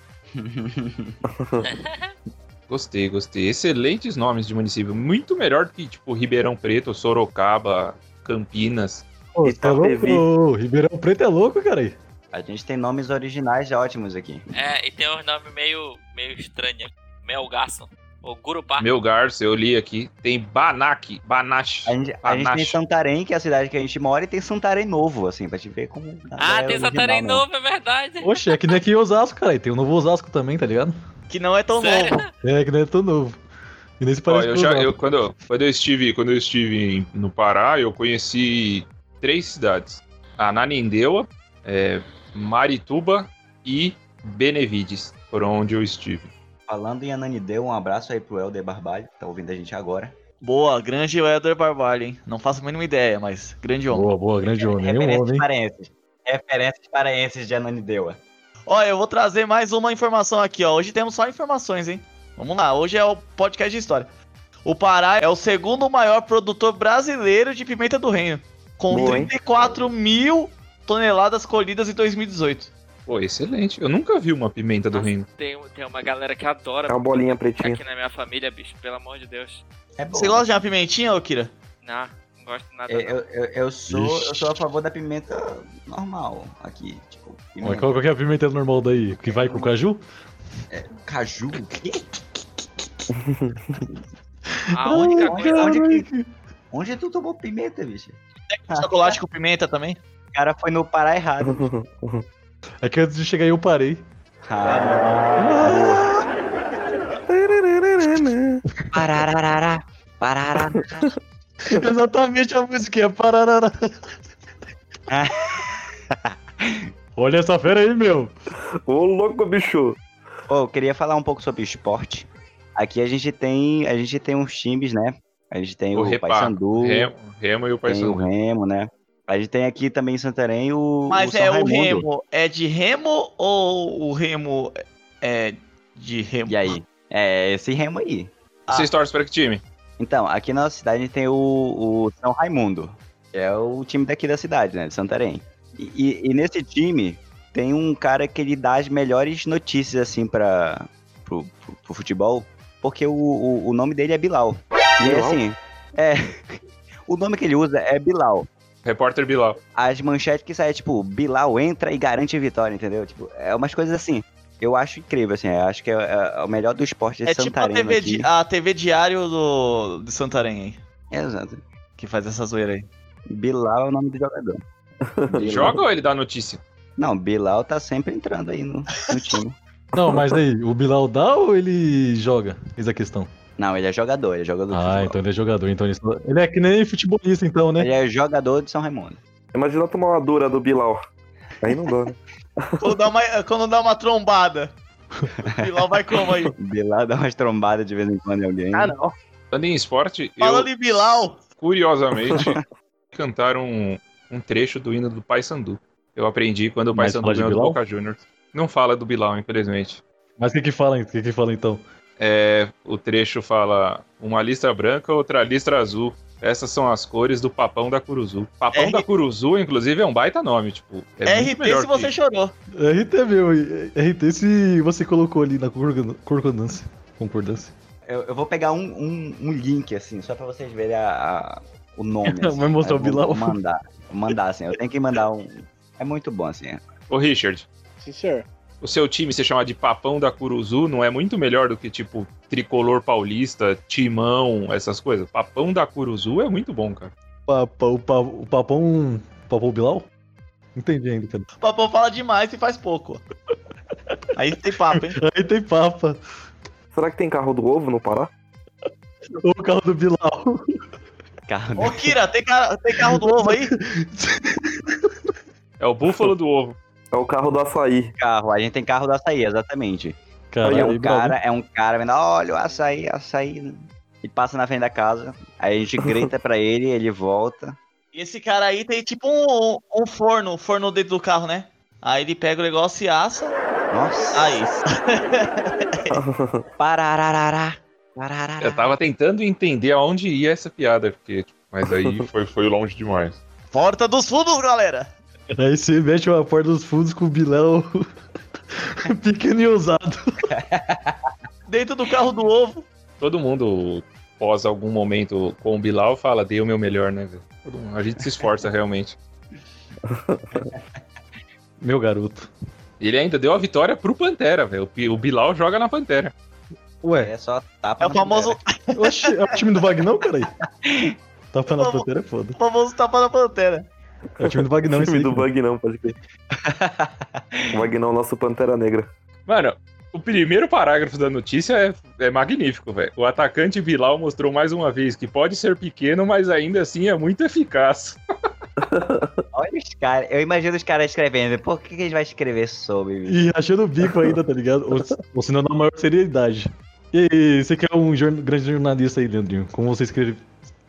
Speaker 4: gostei, gostei. Excelentes nomes de município. Muito melhor do que, tipo, Ribeirão Preto, Sorocaba, Campinas.
Speaker 6: Pô, você tá louco?
Speaker 7: Itapevi.
Speaker 6: Ô, Ribeirão Preto é louco, cara. aí.
Speaker 2: A gente tem nomes originais ótimos aqui.
Speaker 1: É, e tem uns nomes meio, meio estranhos. Melgaço. O Gurupá.
Speaker 4: Meu Garça, eu li aqui. Tem Banac, Banache.
Speaker 2: A gente, a gente tem
Speaker 4: Panache.
Speaker 2: Santarém, que é a cidade que a gente mora, e tem Santarém Novo, assim, pra te ver como.
Speaker 1: Ah,
Speaker 2: é
Speaker 1: tem
Speaker 2: original,
Speaker 1: Santarém
Speaker 2: né?
Speaker 1: Novo, é verdade.
Speaker 6: Oxe, é que nem aqui em Osasco, cara. e Tem o novo Osasco também, tá ligado?
Speaker 5: Que não é tão
Speaker 1: Sério?
Speaker 5: novo.
Speaker 6: É, que nem é tão novo. E nem se
Speaker 4: Ó,
Speaker 6: parece
Speaker 4: eu
Speaker 6: com
Speaker 4: já,
Speaker 6: Osasco.
Speaker 4: eu, quando, eu- quando eu estive, quando eu estive em- no Pará, eu conheci três cidades: a Nanindeua, é, Marituba e Benevides, por onde eu estive.
Speaker 2: Falando em Ananideu, um abraço aí pro Helder Barbalho, que tá ouvindo a gente agora.
Speaker 5: Boa, grande Helder Barbalho, hein? Não faço a mínima ideia, mas grande homem.
Speaker 6: Boa, boa, grande homem. Nenhum
Speaker 2: Referências
Speaker 6: homem. hein?
Speaker 2: paraenses. Referências paraenses de Ananideua.
Speaker 5: Ó, eu vou trazer mais uma informação aqui, ó. Hoje temos só informações, hein? Vamos lá, hoje é o podcast de história. O Pará é o segundo maior produtor brasileiro de pimenta do reino, com
Speaker 7: Boa, hein?
Speaker 5: 34 mil toneladas colhidas em 2018.
Speaker 4: Pô, excelente. Eu nunca vi uma pimenta do
Speaker 6: Ah,
Speaker 1: Nossa,
Speaker 4: reino.
Speaker 1: Tem, tem uma galera que adora.
Speaker 7: É uma bolinha pretinha.
Speaker 1: Aqui na minha família, bicho, pelo amor de Deus.
Speaker 2: É bom.
Speaker 5: Você gosta de uma pimentinha, ô Kira?
Speaker 1: Não, não gosto de nada.
Speaker 2: É,
Speaker 1: não.
Speaker 2: Eu, eu, eu sou, eu sou a favor da pimenta normal aqui. Tipo,
Speaker 6: Mas
Speaker 2: pimenta.
Speaker 6: qual, qual que é a pimenta normal daí? Que vai com o caju?
Speaker 2: Caju? O quê?
Speaker 1: A única
Speaker 2: Onde,
Speaker 1: coisa.
Speaker 2: onde que- onde tu tomou pimenta, bicho?
Speaker 5: Chocolate com pimenta também?
Speaker 2: O cara foi no Pará errado.
Speaker 6: É que antes de chegar aí eu parei.
Speaker 2: Parararará. Parará.
Speaker 6: Exatamente a musiquinha. Pararara.
Speaker 2: Ah.
Speaker 6: Olha essa fera aí, meu.
Speaker 7: Ô, louco, bicho!
Speaker 2: Ô, eu queria falar um pouco sobre esporte. Aqui a gente tem, a gente tem uns times, né? A gente tem
Speaker 4: O
Speaker 2: o,
Speaker 4: Repá.
Speaker 2: Paysandu,
Speaker 4: Remo, Remo e
Speaker 2: tem
Speaker 4: o
Speaker 2: o
Speaker 4: Paysandu.
Speaker 2: Remo, né? A gente tem aqui também em Santarém o,
Speaker 5: Mas
Speaker 2: o São
Speaker 5: é
Speaker 2: Raimundo.
Speaker 5: o remo. É de remo ou o remo é de remo?
Speaker 2: E aí? É esse Remo aí.
Speaker 6: Ah.
Speaker 4: Vocês torcem para que time?
Speaker 2: Então, aqui na nossa cidade a gente tem o, o São Raimundo, que é o time daqui da cidade, né? De Santarém. E, e- e nesse time tem um cara que ele dá as melhores notícias, assim, para pro, pro- pro futebol, porque o, o, o nome dele é Bilal. E é
Speaker 7: Bilal?
Speaker 2: assim, é. O nome que ele usa é Bilal.
Speaker 4: Repórter Bilal.
Speaker 2: As manchetes que saem, é, tipo, Bilal entra e garante a vitória, entendeu? Tipo, é umas coisas assim. Eu acho incrível, assim. Eu acho que é, é o melhor do esporte de
Speaker 5: É tipo a
Speaker 2: Santarém.
Speaker 5: TV,
Speaker 2: aqui.
Speaker 5: di- a TV Diário do, de Santarém, hein?
Speaker 2: Exato.
Speaker 5: Que faz essa zoeira aí.
Speaker 2: Bilal é o nome do jogador. Bilal.
Speaker 4: Joga ou ele dá notícia?
Speaker 2: Não, Bilal tá sempre entrando aí no, no time.
Speaker 6: Não, mas aí, o Bilal dá ou ele joga? Eis a questão.
Speaker 2: Não, ele é jogador, ele é jogador de
Speaker 6: Ah,
Speaker 2: futebol.
Speaker 6: então ele é jogador. Então ele... ele é que nem futebolista, então, né?
Speaker 2: Ele é jogador de São Raimundo.
Speaker 7: Imagina tomar uma dura do Bilal. Aí não dá, né?
Speaker 5: Quando dá uma, quando dá uma trombada. Bilal vai como aí?
Speaker 2: Bilal dá umas trombadas de vez em quando em alguém.
Speaker 5: Ah, não.
Speaker 4: Falando em esporte,
Speaker 5: Falando
Speaker 4: eu,
Speaker 5: em Bilal,
Speaker 4: curiosamente, cantaram um, um trecho do hino do Paysandu. Eu aprendi quando o
Speaker 6: Mas
Speaker 4: Paysandu
Speaker 6: fala de
Speaker 4: ganhou do
Speaker 6: Bilal?
Speaker 4: Boca Juniors. Não fala do Bilal, infelizmente.
Speaker 6: Mas o que que fala, o que que fala então?
Speaker 4: É, o trecho fala uma listra branca, outra listra azul. Essas são as cores do Papão da Curuzu. Papão
Speaker 5: R-
Speaker 4: da Curuzu, inclusive, é um baita nome, tipo. É muito
Speaker 5: RT
Speaker 4: melhor
Speaker 5: se você
Speaker 4: que-
Speaker 5: chorou.
Speaker 6: RT meu, RT se você colocou ali na concordância. Concordância. concordância.
Speaker 2: Eu, eu vou pegar um, um, um link, assim, só pra vocês verem a, a- o nome.
Speaker 6: Vai
Speaker 2: assim,
Speaker 6: mostrar
Speaker 2: né?
Speaker 6: o Bilal.
Speaker 2: Vou mandar. Vou mandar, assim. Eu tenho que mandar um. É muito bom, assim. é.
Speaker 4: Ô, Richard,
Speaker 3: Sim, senhor.
Speaker 4: o seu time se chamar de Papão da Curuzu não é muito melhor do que, tipo, Tricolor Paulista, Timão, essas coisas? Papão da Curuzu é muito bom, cara.
Speaker 6: Papa, o, pa, o papão. Papão Bilal? Entendi ainda, cara.
Speaker 5: O Papão fala demais e faz pouco. Aí tem papo, hein?
Speaker 6: Aí tem papa.
Speaker 7: Será que tem carro do ovo no Pará?
Speaker 6: O carro do Bilal.
Speaker 2: Carro
Speaker 5: Ô, Kira, tem, cara, tem carro do ovo aí?
Speaker 4: É o Búfalo do Ovo.
Speaker 7: É o carro do açaí.
Speaker 2: carro. A gente tem carro do açaí, exatamente.
Speaker 6: Cara,
Speaker 2: é
Speaker 6: aí,
Speaker 2: um
Speaker 6: Bilal,
Speaker 2: cara, é um cara vendo, olha o açaí, açaí. E passa na frente da casa. Aí a gente grita pra ele, ele volta.
Speaker 5: E esse cara aí tem tipo um, um forno, um forno dentro do carro, né? Aí ele pega o negócio e assa.
Speaker 2: Nossa.
Speaker 5: Aí.
Speaker 2: Parararará. Pararará.
Speaker 4: Eu tava tentando entender aonde ia essa piada, porque. Mas aí foi, foi longe demais.
Speaker 5: Porta dos fundos, galera!
Speaker 6: Aí você mete uma porta dos fundos com o Bilal. Pequeno e ousado.
Speaker 5: Dentro do carro do ovo.
Speaker 4: Todo mundo, pós algum momento com o Bilal, fala, dei o meu melhor, né, velho? Todo mundo- A gente se esforça realmente.
Speaker 6: Meu garoto.
Speaker 4: E Ele ainda deu a vitória pro Pantera, velho. O Pi- O Bilal joga na Pantera.
Speaker 6: Ué,
Speaker 2: É só tapa.
Speaker 5: É o
Speaker 2: na
Speaker 5: famoso,
Speaker 2: cara.
Speaker 6: oxe, é o time do Vagnão, cara aí. Tapa na
Speaker 5: Vamos.
Speaker 6: ponteira é foda.
Speaker 5: o famoso tapa na pantera.
Speaker 6: É o time do Vagnão esse
Speaker 7: time
Speaker 6: aí.
Speaker 7: do
Speaker 6: cara.
Speaker 7: Bug não, pode crer. o Bug não, nosso Pantera Negra.
Speaker 4: Mano, o primeiro parágrafo da notícia é, é magnífico, velho. O atacante Bilal mostrou mais uma vez que pode ser pequeno, mas ainda assim é muito eficaz.
Speaker 2: Olha os caras. Eu imagino os caras escrevendo. Por que, que a gente vai escrever sobre? bicho?
Speaker 6: E achando o bico ainda, tá ligado? Ou, ou senão na maior seriedade. E aí, você que é um jorn- grande jornalista aí, Leandrinho, como você escreve-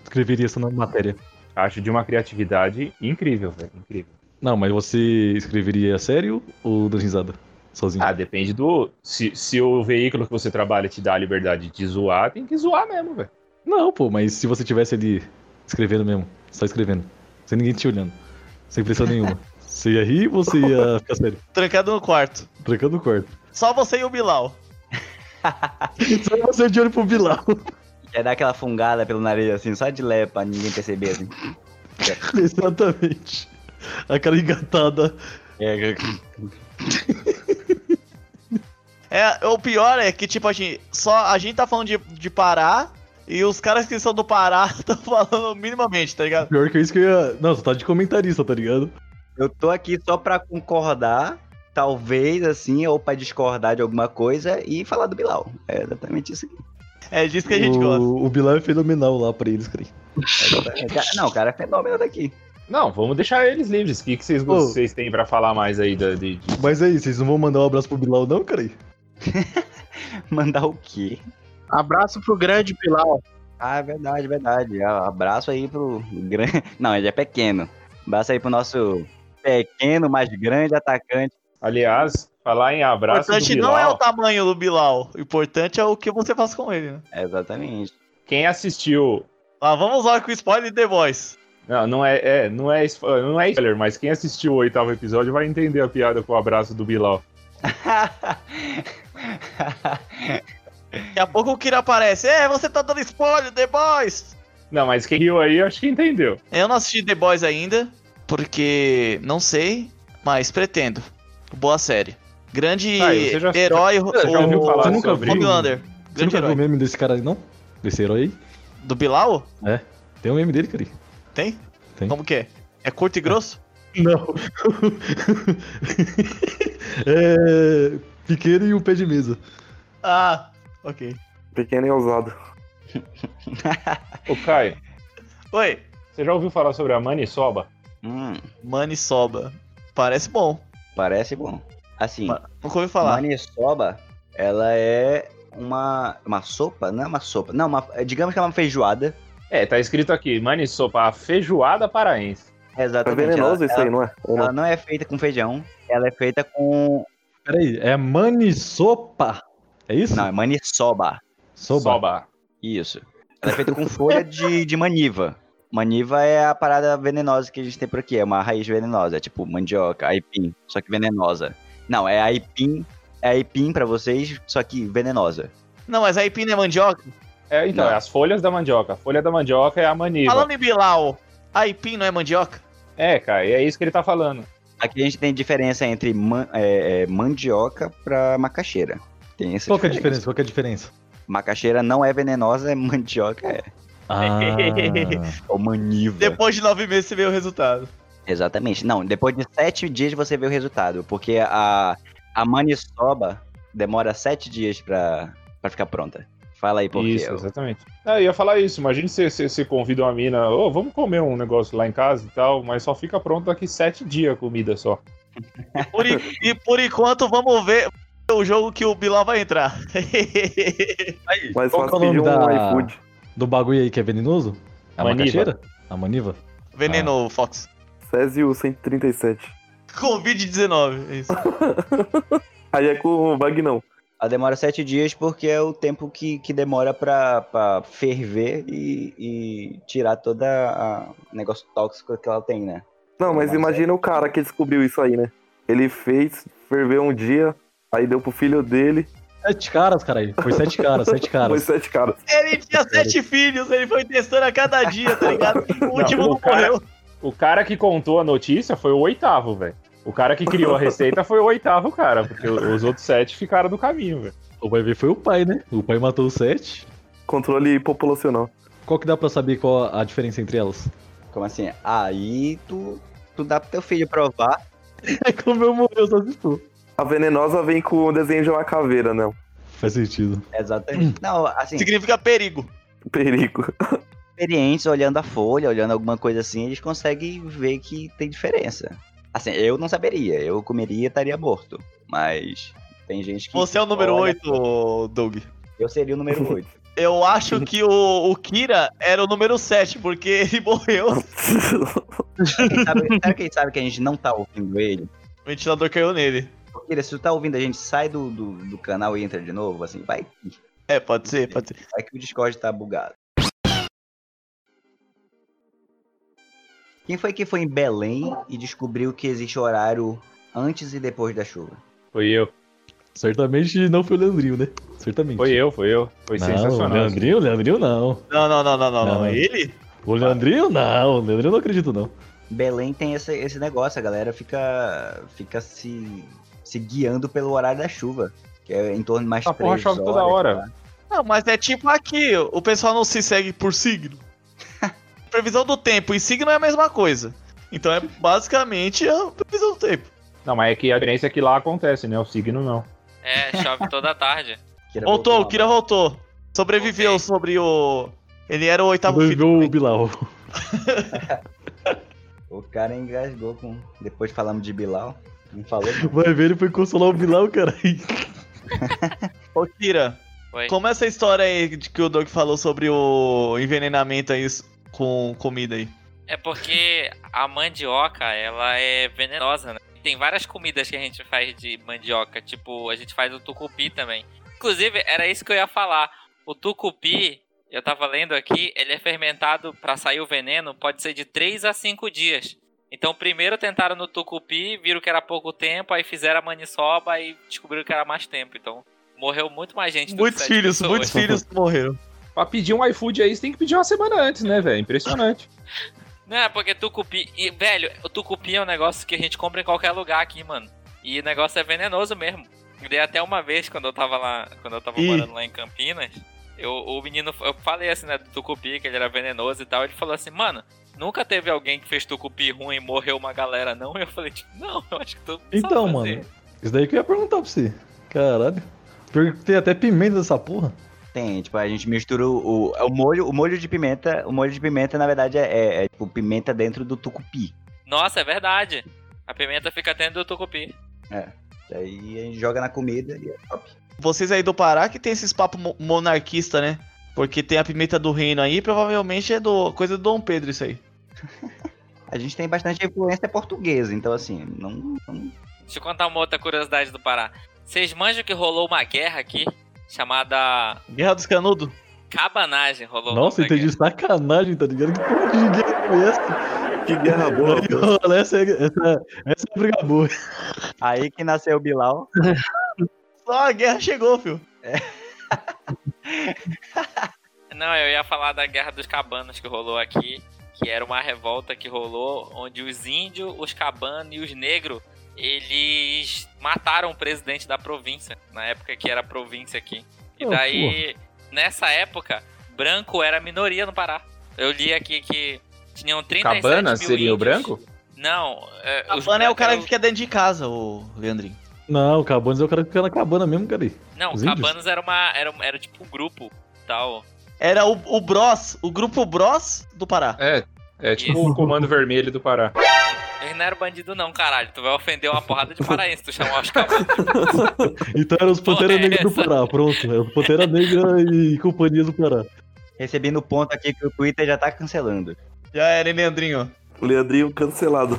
Speaker 6: escreveria essa matéria?
Speaker 4: Acho de uma criatividade incrível, velho. Incrível.
Speaker 6: Não, mas você escreveria sério ou dando risada? Sozinho?
Speaker 4: Ah, depende do. Se, se o veículo que você trabalha te dá a liberdade de zoar, tem que zoar mesmo, velho.
Speaker 6: Não, pô, mas se você tivesse ali escrevendo mesmo, só escrevendo, sem ninguém te olhando, sem pressão nenhuma, você ia rir ou você ia ficar sério?
Speaker 5: Trancado no quarto.
Speaker 6: Trancando o quarto.
Speaker 5: Só você e o Bilal.
Speaker 6: Só você de olho pro Bilal.
Speaker 2: Quer dar aquela fungada pelo nariz, assim, só de leve pra ninguém perceber, assim.
Speaker 6: Exatamente. Aquela engatada.
Speaker 2: É,
Speaker 5: É, o pior é que, tipo, a gente, só a gente tá falando de, de Pará e os caras que são do Pará estão falando minimamente, tá ligado?
Speaker 6: Pior que isso que eu ia. Não, você tá de comentarista, tá ligado?
Speaker 2: Eu tô aqui só pra concordar, talvez, assim, ou pra discordar de alguma coisa e falar do Bilal. É exatamente isso. aqui.
Speaker 5: É disso que a gente
Speaker 6: o...
Speaker 5: gosta.
Speaker 6: O Bilal é fenomenal lá pra eles, cara.
Speaker 2: É, o cara- Não, o cara é fenômeno daqui.
Speaker 4: Não, vamos deixar eles livres. O que, que vocês,
Speaker 6: Ô.
Speaker 4: vocês têm pra falar mais aí da, de, de-
Speaker 6: Mas aí, vocês não vão mandar um abraço pro Bilal, não, cara?
Speaker 2: Mandar o quê?
Speaker 3: Abraço pro grande Bilal.
Speaker 2: Ah, é verdade, é verdade. Ah, Abraço aí pro grande. Não, ele é pequeno. Abraço aí pro nosso pequeno, mas grande atacante.
Speaker 4: Aliás, falar em
Speaker 5: O
Speaker 4: abraço do
Speaker 5: importante
Speaker 4: Bilal,
Speaker 5: não é o tamanho do Bilal. O importante é o que você faz com ele, né?
Speaker 2: É, exatamente.
Speaker 4: quem assistiu...
Speaker 5: Lá vamos lá com o spoiler de The Voice.
Speaker 4: Não, não é, é, não, é, spo- não é spoiler, mas quem assistiu o oitavo episódio vai entender a piada com o abraço do Bilal.
Speaker 5: Daqui a pouco o Kira aparece. É, você tá dando spoiler, The Boys!
Speaker 4: Não, mas quem riu aí, acho que entendeu.
Speaker 5: Eu não assisti The Boys ainda, porque não sei, mas pretendo. Boa série. Grande
Speaker 4: Ah, e você já-
Speaker 5: herói, o
Speaker 4: já ouviu falar
Speaker 6: Você nunca
Speaker 4: sobre-
Speaker 5: Rob
Speaker 6: viu?
Speaker 5: Lander.
Speaker 6: Você
Speaker 5: Grande
Speaker 6: nunca viu
Speaker 5: herói.
Speaker 6: o meme desse cara aí, não? Desse herói aí?
Speaker 5: Do Bilal?
Speaker 6: Tem um meme dele, cara.
Speaker 5: Tem?
Speaker 6: Tem.
Speaker 5: Como que é? É curto e grosso?
Speaker 6: Não. é. Pequeno e um pé de mesa.
Speaker 5: Ah, ok.
Speaker 7: Pequeno e ousado. É
Speaker 4: Ô, Caio,
Speaker 5: Oi,
Speaker 4: você já ouviu falar sobre a Maniçoba?
Speaker 2: Hum,
Speaker 5: Maniçoba. Parece bom.
Speaker 2: parece bom. Assim,
Speaker 5: Pa- Nunca ouvi falar.
Speaker 2: Maniçoba Ela é uma, uma sopa? Não é uma sopa. Não, uma, digamos que é uma feijoada.
Speaker 4: É, tá escrito aqui, maniçopa, a feijoada paraense.
Speaker 7: É
Speaker 2: Exatamente.
Speaker 7: venenoso
Speaker 2: ela,
Speaker 7: isso aí, não é? Ou
Speaker 2: Ela,
Speaker 7: não?
Speaker 2: ela não é feita com feijão, ela é feita com.
Speaker 6: Peraí, é manisopa? É isso?
Speaker 2: Não, é maniçoba.
Speaker 6: Soba.
Speaker 4: Soba.
Speaker 2: Isso. Ela é feita com folha de, de maniva. Maniva é a parada venenosa que a gente tem por aqui, é uma raiz venenosa, é tipo mandioca, aipim, só que venenosa. Não, é aipim, é aipim pra vocês, só que venenosa.
Speaker 5: Não, mas aí pina é mandioca.
Speaker 4: É, então,
Speaker 2: Não.
Speaker 4: é as folhas da mandioca. A folha da mandioca é a maniva.
Speaker 5: Falando em Bilal, aipim não é mandioca?
Speaker 4: É, cara, e é isso que ele tá falando.
Speaker 2: Aqui a gente tem diferença entre man- é, é, mandioca pra macaxeira. Tem essa
Speaker 6: Qual que é a diferença? Qual que é a diferença?
Speaker 2: Macaxeira não é venenosa, é mandioca é.
Speaker 6: Ah,
Speaker 2: Ou maniva.
Speaker 5: Depois de nove meses você vê o resultado.
Speaker 2: Exatamente. Não, depois de sete dias você vê o resultado, porque a, a maniçoba demora sete dias pra, pra ficar pronta. Fala aí, porque
Speaker 4: isso,
Speaker 2: eu-
Speaker 4: exatamente. Ah, eu ia falar isso, imagina se você você convida uma mina, ô, vamos comer um negócio lá em casa e tal, mas só fica pronto daqui sete dias a comida só.
Speaker 5: Por en- e por enquanto, vamos ver o jogo que o Bilal vai entrar.
Speaker 6: aí,
Speaker 7: Mas
Speaker 6: qual que é
Speaker 7: fácil
Speaker 6: o nome
Speaker 7: pedir um
Speaker 6: da,
Speaker 7: iFood.
Speaker 6: do bagulho aí que é venenoso? A
Speaker 4: Maniva.
Speaker 6: macaxeira? A maniva?
Speaker 5: Veneno, Fox.
Speaker 7: Césio 137.
Speaker 5: Covid-19, é isso.
Speaker 7: Aí é com o Vagnão.
Speaker 2: Ela demora sete dias porque é o tempo que, que demora pra, pra ferver e, e tirar toda a o negócio tóxico que ela tem, né?
Speaker 7: Não, mas
Speaker 2: Mas é.
Speaker 7: imagina o cara que descobriu isso aí, né? Ele fez, ferveu um dia, aí deu pro filho dele,
Speaker 6: Sete caras, caralho. Foi sete caras, sete
Speaker 7: foi
Speaker 6: caras.
Speaker 7: sete caras.
Speaker 5: Ele tinha sete filhos, ele foi testando a cada dia, tá ligado? O último
Speaker 4: o
Speaker 5: não,
Speaker 4: cara-
Speaker 5: morreu.
Speaker 4: O cara que contou a notícia foi o oitavo, velho. O cara que criou a receita foi o oitavo, cara, porque o- os outros sete ficaram do caminho, velho.
Speaker 6: O vai ver foi o pai, né? O pai matou os sete.
Speaker 7: Controle populacional.
Speaker 6: Qual que dá pra saber qual a diferença entre elas?
Speaker 2: Como assim? Aí tu, tu dá pro teu filho provar.
Speaker 6: É como eu morreu, só assustou.
Speaker 7: A venenosa vem com o desenho de uma caveira, né?
Speaker 6: Faz sentido.
Speaker 5: Hum.
Speaker 2: Exatamente. Não, assim,
Speaker 5: Significa perigo.
Speaker 7: Perigo.
Speaker 2: experientes olhando a folha, olhando alguma coisa assim, eles conseguem ver que tem diferença. Assim, eu não saberia, eu comeria e estaria morto. Mas tem gente que.
Speaker 5: Você é o número
Speaker 2: olha,
Speaker 5: 8, Doug.
Speaker 2: Eu seria o número 8.
Speaker 5: Eu acho que o, o Kira era o número 7, porque ele morreu.
Speaker 2: sabe, sabe quem sabe que a gente não tá ouvindo ele?
Speaker 5: O ventilador caiu nele.
Speaker 2: Porque se tu tá ouvindo a gente, sai do, do, do canal e entra de novo, assim, vai que,
Speaker 5: É, pode ser, pode ser.
Speaker 2: vai que o Discord tá bugado. Quem foi que foi em Belém e descobriu que existe horário antes e depois da chuva?
Speaker 4: Foi eu,
Speaker 6: Certamente não foi o Leandrinho, né? Certamente.
Speaker 4: foi eu, foi eu. Foi
Speaker 6: não,
Speaker 4: sensacional.
Speaker 6: O Leandrinho, o Leandrinho não.
Speaker 5: Não, não, não, não, não, não.
Speaker 6: Não.
Speaker 5: Ele?
Speaker 6: O Leandrinho não. O Leandrinho eu não acredito, não.
Speaker 2: Belém tem esse, esse negócio, a galera fica, fica se, se guiando pelo horário da chuva, que é em torno de mais
Speaker 4: Ah, porra,
Speaker 2: três
Speaker 4: chove toda
Speaker 2: horas,
Speaker 4: hora.
Speaker 2: tá?
Speaker 5: Não, mas é tipo aqui, o pessoal não se segue por signo. previsão do tempo e signo é a mesma coisa. Então é basicamente a previsão do tempo.
Speaker 4: Não, mas é que a diferença é que lá acontece, né? O signo não.
Speaker 1: É, chove toda tarde.
Speaker 2: Kira
Speaker 5: Voltou, o
Speaker 2: lá.
Speaker 5: Kira voltou. Sobreviveu
Speaker 1: Ok.
Speaker 5: sobre o. Ele era o
Speaker 6: Tá
Speaker 5: oitavo filho.
Speaker 6: Sobreviveu o Bilal.
Speaker 2: O cara engasgou com. Depois falamos de Bilal. Não falou? não.
Speaker 6: Vai ver, ele foi consolar o Bilal, caralho.
Speaker 5: Ô, Kira,
Speaker 1: Foi.
Speaker 5: como é essa história aí de que o Doug falou sobre o envenenamento aí s- com comida aí?
Speaker 1: É porque a mandioca, ela é venenosa, né? Tem várias comidas que a gente faz de mandioca, tipo, a gente faz o tucupi também. Inclusive, era isso que eu ia falar. O tucupi, eu tava lendo aqui, ele é fermentado pra sair o veneno, pode ser de 3 a 5 dias. Então, primeiro tentaram no tucupi, viram que era pouco tempo, aí fizeram a maniçoba e descobriram que era mais tempo. Então, morreu muito mais gente do que
Speaker 5: Muitos
Speaker 1: sete
Speaker 5: filhos,
Speaker 1: pessoas.
Speaker 5: muitos filhos morreram.
Speaker 4: Pra pedir um iFood aí, você tem que pedir uma semana antes, né, velho? Impressionante.
Speaker 1: Não, é porque tucupi. E, velho, o tucupi é um negócio que a gente compra em qualquer lugar aqui, mano. E o negócio é venenoso mesmo. Eu Dei até uma vez quando eu tava lá. Quando eu tava
Speaker 5: Ih.
Speaker 1: morando lá em Campinas. Eu, o menino. Eu falei assim, né, do tucupi, que ele era venenoso e tal. Ele falou assim, mano. Nunca teve alguém que fez tucupi ruim e morreu uma galera, não? E eu falei, tipo, não, eu acho que todo mundo sabe fazer.
Speaker 6: Então, mano. Isso daí que eu ia perguntar pra você. Caralho. Pior que Tem até é pimenta nessa porra.
Speaker 2: Tem, tipo, a gente mistura o, o, o molho, o molho de pimenta. O molho de pimenta, na verdade, é, é, é, tipo pimenta dentro do tucupi.
Speaker 1: Nossa, é verdade. A pimenta fica dentro do tucupi.
Speaker 2: Aí a gente joga na comida e é top.
Speaker 5: Vocês aí do Pará que tem esses papos mo- monarquista, né? Porque tem a pimenta do reino aí, provavelmente é do coisa do Dom Pedro isso aí.
Speaker 2: A gente tem bastante influência portuguesa, então assim, não, não-
Speaker 1: Deixa eu contar uma outra curiosidade do Pará. Vocês manjam que rolou uma guerra aqui chamada
Speaker 5: Guerra dos Canudos?
Speaker 1: cabanagem. Rolou
Speaker 6: Nossa,
Speaker 1: uma
Speaker 6: entendi sacanagem, tá ligado? Que porra de guerra é essa?
Speaker 7: Que guerra boa. pô.
Speaker 6: Olha, essa, é- essa, essa é a briga boa.
Speaker 2: Aí que nasceu o Bilal.
Speaker 5: Só a guerra chegou, filho.
Speaker 1: Não, eu ia falar da Guerra dos Cabanos que rolou aqui, que era uma revolta que rolou onde os índios, os cabanos e os negros, eles mataram o presidente da província, na época que era província aqui. E
Speaker 6: Oh,
Speaker 1: daí, nessa época, branco era minoria no Pará. Eu li aqui que tinham 37
Speaker 4: Cabana
Speaker 1: mil
Speaker 4: seria o
Speaker 1: índios.
Speaker 4: branco?
Speaker 1: Não. É, os
Speaker 5: Cabana é o
Speaker 1: brancos
Speaker 5: cara
Speaker 1: eram-
Speaker 5: que fica dentro de casa, o Leandrinho.
Speaker 6: Não, o Cabanos é o cara que fica na cabana mesmo, cara.
Speaker 1: Não,
Speaker 6: os índios?
Speaker 1: cabanos era, uma, era, um- era tipo um grupo tal.
Speaker 5: Era o, o Bros, o grupo Bros do Pará.
Speaker 4: É, é tipo
Speaker 1: Isso.
Speaker 4: o comando vermelho do Pará.
Speaker 1: Eles não eram bandido não, caralho. Tu vai ofender uma porrada de paraense, tu chamar os cabanos.
Speaker 6: Então era os
Speaker 1: Porra,
Speaker 6: Pantera
Speaker 1: é
Speaker 6: Negra do
Speaker 1: essa?
Speaker 6: Pará, pronto. É o Pantera Negra e companhia do Pará.
Speaker 2: Recebendo ponto aqui que o Twitter já tá cancelando.
Speaker 5: Já era, hein, Leandrinho?
Speaker 7: Leandrinho cancelado.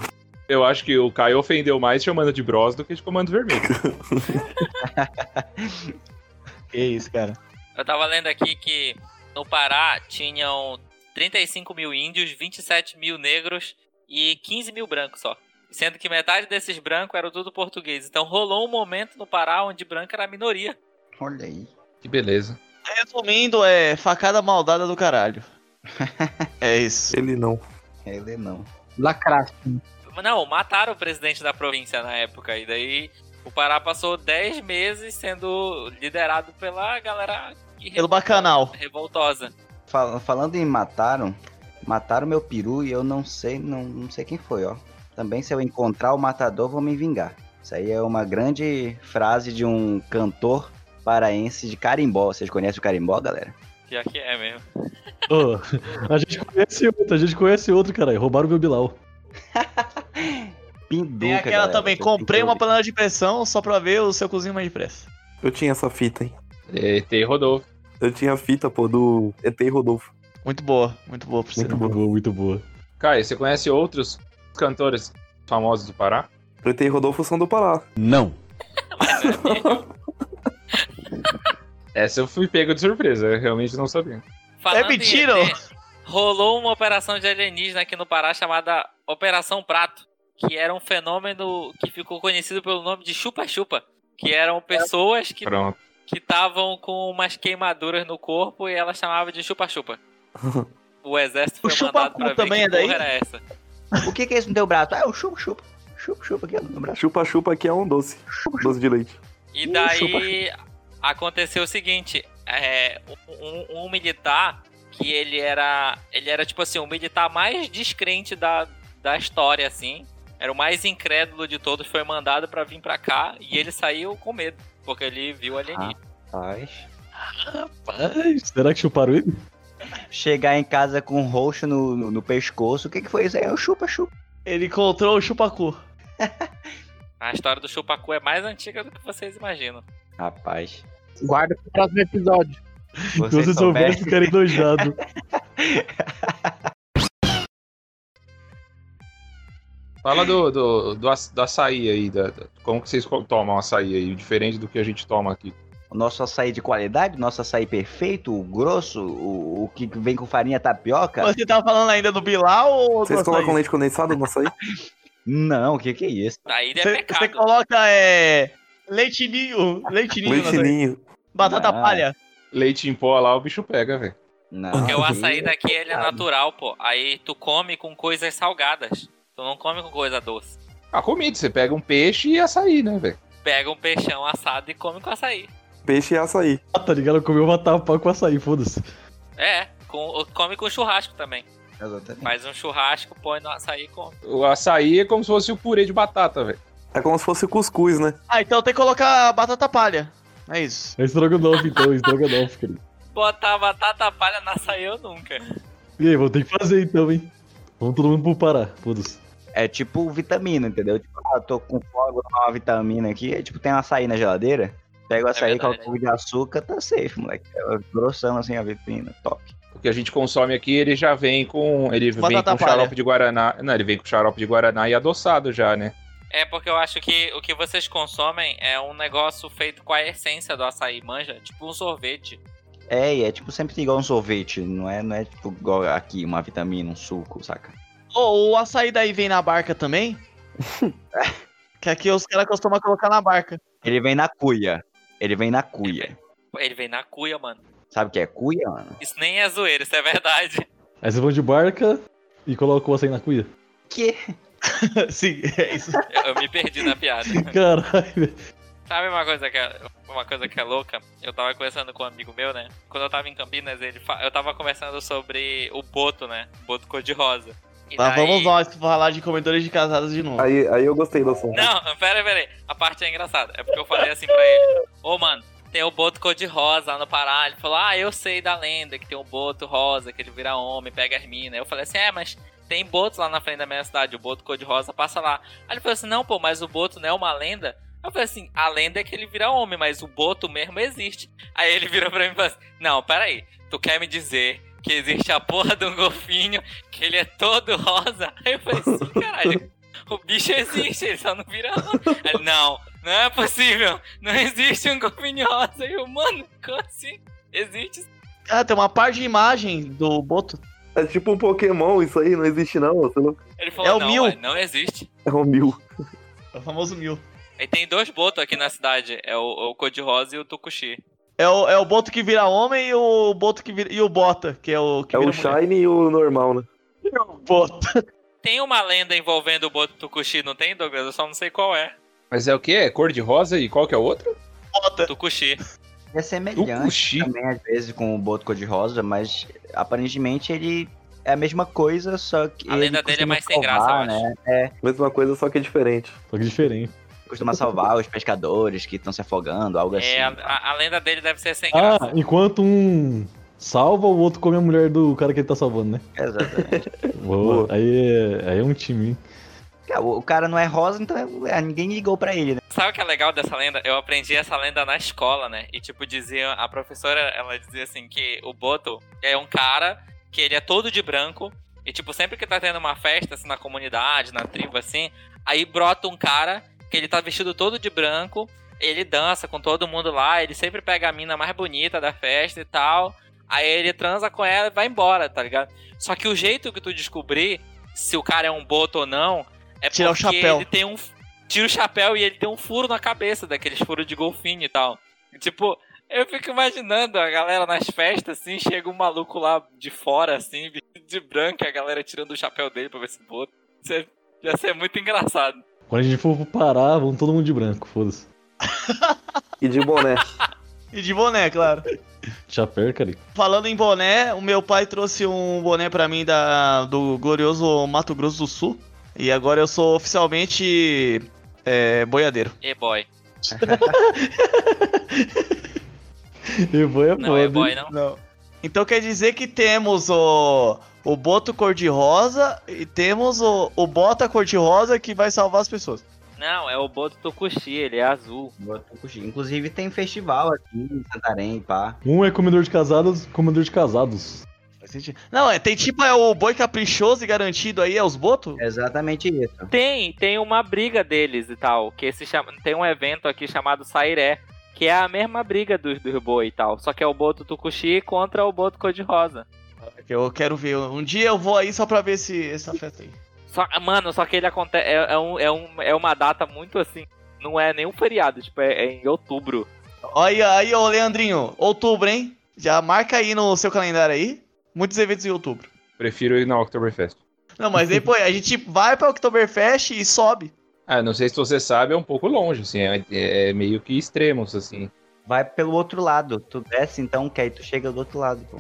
Speaker 4: Eu acho que o Caio ofendeu mais chamando de Bros do que de comando vermelho.
Speaker 5: Que isso, cara.
Speaker 1: Eu tava lendo aqui que no Pará tinham 35 mil índios, 27 mil negros e 15 mil brancos só. Sendo que metade desses brancos eram tudo português. Então rolou um momento no Pará onde branco era a minoria.
Speaker 2: Olha aí.
Speaker 4: Que beleza.
Speaker 5: Resumindo, é facada maldada do caralho. é isso.
Speaker 7: Ele não.
Speaker 2: Ele não.
Speaker 8: Lacraste.
Speaker 1: Não, mataram o presidente da província na época. E daí o Pará passou 10 meses sendo liderado pela galera que-
Speaker 5: Pelo bacanal.
Speaker 1: revoltosa.
Speaker 2: Fal- falando em mataram, mataram meu peru e eu não sei, não, não sei quem foi, ó. Também se eu encontrar o matador, vou me vingar. Isso aí é uma grande frase de um cantor paraense de Carimbó. Vocês conhecem o Carimbó, galera?
Speaker 1: Pior que é mesmo.
Speaker 6: Ô, a gente conhece outro, a gente conhece outro, cara. Roubaram o meu Bilal.
Speaker 2: Pinduca,
Speaker 5: Tem aquela
Speaker 2: galera.
Speaker 5: também,
Speaker 2: Vocês têm que
Speaker 5: comprei uma
Speaker 2: ouvir.
Speaker 5: panela de pressão só pra ver o seu cozinho mais depressa.
Speaker 7: Eu tinha essa fita, hein?
Speaker 4: É, tem Rodolfo.
Speaker 7: Eu tinha a fita, pô, do ET Rodolfo.
Speaker 5: Muito boa, muito boa pra você.
Speaker 7: Muito
Speaker 6: Muito
Speaker 7: boa.
Speaker 6: boa, muito boa.
Speaker 4: Caio, você conhece outros cantores famosos do Pará?
Speaker 7: O ET Rodolfo são do Pará.
Speaker 4: Essa eu fui pego de surpresa, eu realmente não sabia.
Speaker 1: Falando em
Speaker 5: É mentira?
Speaker 1: ET, rolou uma operação de alienígena aqui no Pará chamada Operação Prato, que era um fenômeno que ficou conhecido pelo nome de chupa-chupa, que eram pessoas que
Speaker 4: Pronto.
Speaker 1: que estavam com umas queimaduras no corpo e ela chamava de chupa-chupa. O exército
Speaker 5: O
Speaker 1: foi mandado
Speaker 5: chupacu
Speaker 1: pra ver
Speaker 5: também
Speaker 1: que
Speaker 5: é daí?
Speaker 1: porra era essa.
Speaker 2: O que, que é isso no teu braço? Ah, eu chupo-chupa. Chupo-chupa aqui ó, no braço.
Speaker 7: Chupa-chupa aqui é um doce. Doce de leite.
Speaker 1: E
Speaker 7: Ih,
Speaker 1: daí aconteceu o seguinte: é, um, um- um militar que ele era. Ele era, tipo assim, o militar mais descrente da, da história, assim. Era o mais incrédulo de todos, foi mandado pra vir pra cá e ele saiu com medo, porque ele viu o alienígena.
Speaker 2: Rapaz.
Speaker 6: Ai, será que chuparam ele?
Speaker 2: Chegar em casa com um roxo no, no, no pescoço. O que, que foi isso aí? É o chupa-chupa.
Speaker 5: Ele encontrou o chupacu.
Speaker 1: A história do chupacu é mais antiga do que vocês imaginam.
Speaker 2: Rapaz.
Speaker 8: Guarda pro próximo episódio.
Speaker 6: Se você soubesse, ficaria enojado.
Speaker 4: Fala do, do, do, aç- do açaí aí, da, da- como que vocês co- tomam açaí aí, diferente do que a gente toma aqui.
Speaker 2: O nosso açaí de qualidade, o nosso açaí perfeito, o grosso, o, o que vem com farinha tapioca.
Speaker 5: Você tava falando ainda do Bilal ou do
Speaker 7: Vocês
Speaker 5: açaí?
Speaker 7: colocam leite condensado no açaí?
Speaker 2: Não, o que, que é isso?
Speaker 1: Daí é
Speaker 5: Você,
Speaker 1: pecado.
Speaker 5: você coloca é, leite ninho, leite ninho,
Speaker 7: leite
Speaker 5: no açaí.
Speaker 7: ninho.
Speaker 5: batata
Speaker 2: Não.
Speaker 5: palha.
Speaker 4: Leite em pó lá, o bicho pega, velho.
Speaker 2: Não,
Speaker 1: Porque o
Speaker 2: que-
Speaker 1: açaí daqui ele é natural, pô. Aí tu come com coisas salgadas. Tu não come com coisa doce.
Speaker 4: A comida, você pega um peixe e açaí, né, velho?
Speaker 1: Pega um peixão assado e come com açaí.
Speaker 7: Peixe e açaí.
Speaker 6: Ah, tá ligado? Comeu uma tapa com açaí, foda-se.
Speaker 1: É, com- come com churrasco também.
Speaker 2: Exatamente.
Speaker 1: Faz um churrasco, põe no açaí e come.
Speaker 4: O açaí é como se fosse o purê de batata, velho.
Speaker 7: É como se fosse cuscuz, né?
Speaker 5: Ah, então tem que colocar batata palha. É isso.
Speaker 6: É estrogonofe, então, é estrogonofe, cara.
Speaker 1: Botar batata palha no açaí eu nunca.
Speaker 6: E aí, vou ter que fazer então, hein? Vamos todo mundo pro Pará, foda-se.
Speaker 2: É tipo vitamina, entendeu? Tipo, ah, tô com fome, vou tomar uma vitamina aqui. É tipo, tem um açaí na geladeira. Pega o açaí,
Speaker 1: verdade.
Speaker 2: coloca um pouco de açúcar, tá safe, moleque. É grossão assim a vitrina, top.
Speaker 4: O que a gente consome aqui, ele já vem com. Ele vem
Speaker 5: Batata
Speaker 4: com
Speaker 5: palha.
Speaker 4: xarope de Guaraná. Não, ele vem com xarope de Guaraná e adoçado já, né?
Speaker 1: É porque eu acho que o que vocês consomem é um negócio feito com a essência do açaí, manja? Tipo um sorvete.
Speaker 2: É, e é tipo sempre igual um sorvete, não é, não é tipo igual aqui, uma vitamina, um suco, saca?
Speaker 5: Ô, o açaí daí vem na barca também? que aqui os caras costumam colocar na barca.
Speaker 2: Ele vem na cuia. Ele vem na cuia.
Speaker 1: Ele vem na cuia, mano.
Speaker 2: Sabe o que é cuia, mano?
Speaker 1: Isso nem é zoeira, isso é verdade.
Speaker 6: Aí vocês vão de barca e colocam o açaí na cuia.
Speaker 2: Que?
Speaker 5: Sim, é isso.
Speaker 1: Eu, eu me perdi na piada.
Speaker 6: Caralho.
Speaker 1: Sabe uma coisa que é, uma coisa que é louca? Eu tava conversando com um amigo meu, né? Quando eu tava em Campinas, ele fa- eu tava conversando sobre o boto, né? Boto cor-de-rosa. E
Speaker 5: Lá
Speaker 1: daí-
Speaker 5: Tá, vamos nós falar de comedores de casadas de novo.
Speaker 7: Aí, aí eu gostei do assunto.
Speaker 1: Não, pera, pera aí. A parte é engraçada. É porque eu falei assim pra ele. Ô, mano, tem o boto cor-de-rosa lá no Pará. Ele falou, ah, eu sei da lenda que tem o boto rosa, que ele vira homem, pega as minas. Eu falei assim, é, mas tem boto lá na frente da minha cidade. O boto cor-de-rosa passa lá. Aí ele falou assim, não, pô, mas o boto não é uma lenda? Eu falei assim, a lenda é que ele vira homem, mas o boto mesmo existe. Aí ele virou pra mim e falou assim, não, pera aí. Tu quer me dizer... Que existe a porra de um golfinho, que ele é todo rosa. Aí eu falei assim, caralho, o bicho existe, ele só não vira homem. Aí ele, Não, não é possível. Não existe um golfinho rosa. E eu, mano, como assim? Existe. sim.
Speaker 5: Ah, tem uma par de imagem do Boto.
Speaker 7: É tipo um Pokémon, isso aí não existe não. Você não...
Speaker 1: Ele falou,
Speaker 5: É o
Speaker 1: não,
Speaker 5: Mil.
Speaker 1: ué, não existe.
Speaker 7: É um mil.
Speaker 5: É o famoso Mil.
Speaker 1: E tem dois botos aqui na cidade. É o, o cor-de-rosa e o tucuxi.
Speaker 5: É o, é o Boto que vira homem e o Boto que vira. E o Bota, que é o que
Speaker 7: É
Speaker 5: vira
Speaker 7: o
Speaker 5: mulher.
Speaker 7: Shiny e o normal, né?
Speaker 5: E o Boto.
Speaker 1: Tem uma lenda envolvendo o boto tucuxi, não tem, Douglas? Eu só não sei qual é.
Speaker 4: Mas é o quê? É cor de rosa e qual que é o outro?
Speaker 5: Bota.
Speaker 1: Tucuxi.
Speaker 2: É
Speaker 4: Do
Speaker 2: semelhante
Speaker 4: Cuxi.
Speaker 2: também, às vezes, com o boto cor-de-rosa, mas aparentemente ele é a mesma coisa, só que.
Speaker 1: A lenda
Speaker 2: ele
Speaker 1: dele é
Speaker 2: costuma
Speaker 1: mais sem graça, eu acho.
Speaker 2: Né?
Speaker 7: Mesma coisa, só que é diferente.
Speaker 6: Só que diferente.
Speaker 2: Costuma salvar os pescadores que estão se afogando, algo assim.
Speaker 1: É, a, a- a lenda dele deve ser sem
Speaker 6: Ah,
Speaker 1: graça.
Speaker 6: enquanto um salva, o outro come a mulher do cara que ele tá salvando, né?
Speaker 2: Exatamente.
Speaker 6: Boa. Aí, é, aí é um time, hein?
Speaker 2: Cara, o o cara não é rosa, então é- ninguém ligou pra ele, né?
Speaker 1: Sabe o que é legal dessa lenda? Eu aprendi essa lenda na escola, né? E tipo, dizia, a professora, ela dizia assim que o Boto é um cara que ele é todo de branco. E tipo, sempre que tá tendo uma festa, assim, na comunidade, na tribo, assim, aí brota um cara que ele tá vestido todo de branco, ele dança com todo mundo lá, ele sempre pega a mina mais bonita da festa e tal. Aí ele transa com ela e vai embora, tá ligado? Só que o jeito que tu descobrir se o cara é um boto ou não é
Speaker 5: Tirar o
Speaker 1: porque
Speaker 5: chapéu.
Speaker 1: ele tem um tira o chapéu e ele tem um furo na cabeça, daqueles furos de golfinho e tal. E, Tipo, eu fico imaginando a galera nas festas, assim, chega um maluco lá de fora, assim, vestido de branco, e a galera tirando o chapéu dele pra ver se bota. Isso é- ia ser muito engraçado.
Speaker 6: Quando a gente for parar, vamos todo mundo de branco, foda-se.
Speaker 7: E de boné.
Speaker 5: E de boné, claro.
Speaker 6: Chapéu, cara.
Speaker 5: Falando em boné, o meu pai trouxe um boné pra mim da, do glorioso Mato Grosso do Sul. E agora eu sou oficialmente é, boiadeiro.
Speaker 1: E boy.
Speaker 6: E foi a
Speaker 1: Não é boy, não.
Speaker 5: Não. Então quer dizer que temos o, o Boto Cor-de-Rosa e temos o, o Bota Cor-de-Rosa que vai salvar as pessoas.
Speaker 1: Não, é o Boto Tokushi, ele é azul.
Speaker 2: Boto Cuxi. um Inclusive tem festival aqui em Santarém, pá.
Speaker 6: Um é comedor de casados, comedor de casados.
Speaker 5: Faz sentido. Não, é, tem tipo é o boi caprichoso e garantido aí, é os Boto?
Speaker 2: É Exatamente isso.
Speaker 1: Tem, tem uma briga deles e tal, que se chama, tem um evento aqui chamado Sairé, que é a mesma briga dos do boi e tal, só que é o Boto Tucuxi contra o Boto Cor-de-Rosa.
Speaker 5: Que Eu quero ver. Um dia eu vou aí só pra ver se essa festa aí.
Speaker 1: Só- mano, só que ele acontece. É, é um, é, um, é uma data muito assim. Não é nenhum feriado, tipo, é, é em outubro.
Speaker 5: Olha aí, ô Leandrinho, outubro, hein? Já marca aí no seu calendário aí. Muitos eventos em outubro.
Speaker 4: Prefiro ir na Oktoberfest.
Speaker 5: Não, mas depois a gente vai pra Oktoberfest e sobe.
Speaker 4: Ah, não sei se você sabe, é um pouco longe, assim. É, é meio que extremos, assim.
Speaker 2: Vai pelo outro lado. Tu desce então, que aí tu chega do outro lado, pô.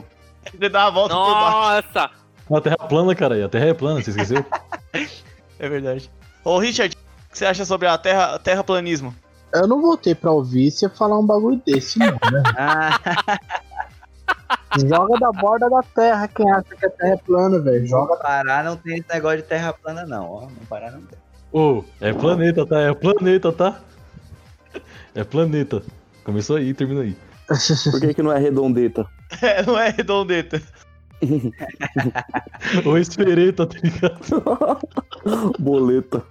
Speaker 5: Ele dá a volta por baixo.
Speaker 1: Nossa!
Speaker 6: A terra plana, cara. A terra é plana, você esqueceu?
Speaker 5: É verdade. Ô Richard, o que você acha sobre a terra, terraplanismo?
Speaker 3: Eu não voltei pra ouvir você falar um bagulho desse, não.
Speaker 2: Ah,
Speaker 3: Joga da borda da terra quem acha que a terra é plana, velho. Joga.
Speaker 2: no Pará não tem esse negócio de terra plana, não. Ó, no Pará não tem.
Speaker 6: Ô, é planeta, tá? É planeta, tá? É planeta. Começou aí e termina aí.
Speaker 7: Por que, que não é redondeta?
Speaker 5: É, não é redondeta.
Speaker 4: Assim,
Speaker 6: Ou esperei, tá ligado?
Speaker 7: Boleta.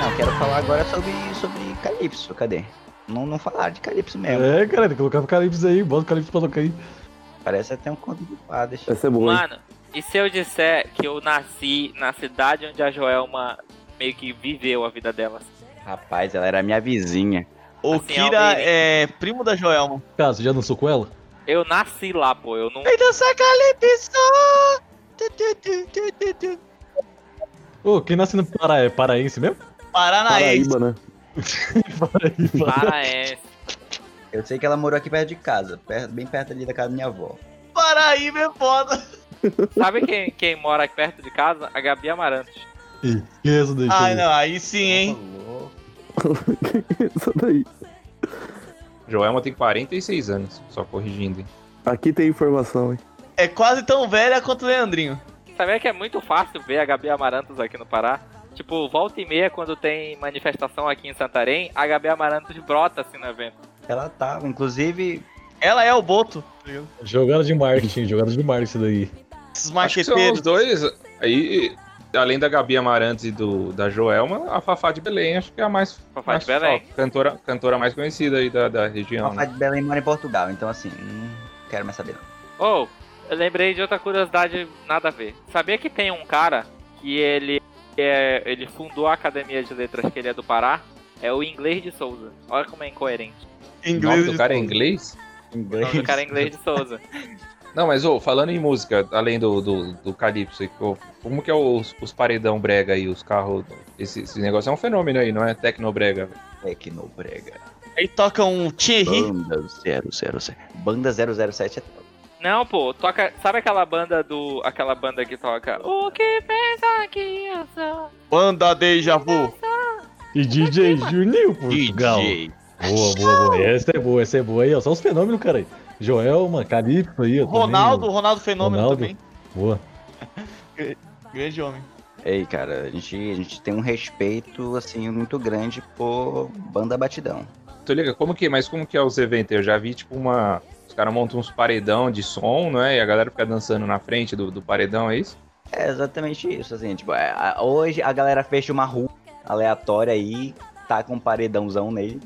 Speaker 2: Não, quero falar agora sobre, sobre Calypso, cadê? Não, não falaram de Calypso mesmo.
Speaker 6: É, cara, tem que colocar o Calypso aí, bota o Calypso pra tocar aí.
Speaker 2: Parece até um conto de fadas.
Speaker 7: Essa é boa, hein?
Speaker 1: Mano, e se eu disser que eu nasci na cidade onde a Joelma meio que viveu a vida dela?
Speaker 2: Rapaz, ela era minha vizinha.
Speaker 5: O
Speaker 1: Assim,
Speaker 5: Kira
Speaker 1: Almeida.
Speaker 5: é primo da Joelma.
Speaker 6: Cara, você já dançou com ela?
Speaker 1: Eu nasci lá, pô. Eu não.
Speaker 5: Vem dançar Calypso! tá Tu, tu, tu, tu, tu, tu.
Speaker 6: Ô, quem nasce no Pará é paraense mesmo?
Speaker 1: Ah, é
Speaker 5: Paranaense.
Speaker 7: Paraíba, né?
Speaker 1: Paraense.
Speaker 2: Eu sei que ela morou aqui perto de casa, perto- bem perto ali da casa da minha avó.
Speaker 5: Paraíba é foda.
Speaker 1: Sabe quem, quem mora aqui perto de casa? A Gabi Amarantos.
Speaker 6: Ih, que é isso daí?
Speaker 5: Ai, não, aí sim, hein?
Speaker 2: Falou.
Speaker 7: Isso daí.
Speaker 4: Joelma tem 46 anos, só corrigindo. hein?
Speaker 7: Aqui tem informação, hein?
Speaker 5: É quase tão velha quanto o Leandrinho.
Speaker 1: Sabia que é muito fácil ver a Gabi Amarantos aqui no Pará? Tipo, volta e meia, quando tem manifestação aqui em Santarém, a Gabi Amarantos brota assim no evento.
Speaker 2: Ela tava, inclusive,
Speaker 5: Ela é o Boto.
Speaker 6: Jogada de marketing, jogada de marketing isso daí.
Speaker 5: Esses
Speaker 4: Acho que são os
Speaker 5: marqueteiros.
Speaker 4: dois. Aí, além da Gabi Amarantes e do, da Joelma, a Fafá de Belém acho que é a mais.
Speaker 1: Fafá
Speaker 4: mais
Speaker 1: de Belém.
Speaker 4: fo- Cantora, cantora mais conhecida aí da, da
Speaker 2: a
Speaker 4: região.
Speaker 2: Fá
Speaker 4: Né?
Speaker 2: de Belém mora em Portugal, então assim, não quero mais saber. não.
Speaker 1: Ou, eu lembrei de outra curiosidade nada a ver. Sabia que tem um cara que ele é, ele fundou a Academia de Letras que ele é do Pará? É o inglês de Souza. Olha como é incoerente.
Speaker 4: O nome
Speaker 5: Inglês.
Speaker 4: do cara é inglês?
Speaker 1: O
Speaker 2: Inglês.
Speaker 1: nome do cara é inglês de Souza.
Speaker 4: Não, mas ô, falando em música, além do, do, do Calypso, e co- como que é os, os paredão brega aí, os carros? Esse, esse negócio é um fenômeno aí, não é tecnobrega?
Speaker 2: é Tecnobrega.
Speaker 5: Ele toca um Thierry.
Speaker 2: Banda 007. Banda 007 é top.
Speaker 1: Não, pô, toca. Sabe aquela banda do. aquela banda que toca. O que fez aqui eu sou?
Speaker 5: Banda Deja Vu.
Speaker 6: E DJ Juninho Portugal. Boa, boa, boa. Essa é boa, essa é boa aí, ó. Só os fenômenos, cara aí. Joelma, Calypso aí, ó. também, ó.
Speaker 5: Ronaldo, Ronaldo Fenômeno
Speaker 6: Ronaldo.
Speaker 5: também.
Speaker 6: Boa.
Speaker 5: Grande homem.
Speaker 2: Ei, cara, a gente, a gente tem um respeito, assim, muito grande por banda batidão.
Speaker 4: Tu liga, como que, mas como que é os eventos? Eu já vi, tipo, uma... Os caras montam uns paredão de som, não é? E a galera fica dançando na frente do, do paredão, é isso?
Speaker 2: É exatamente isso, assim, tipo, é, a- hoje a galera fecha uma rua aleatória aí, taca um paredãozão nele,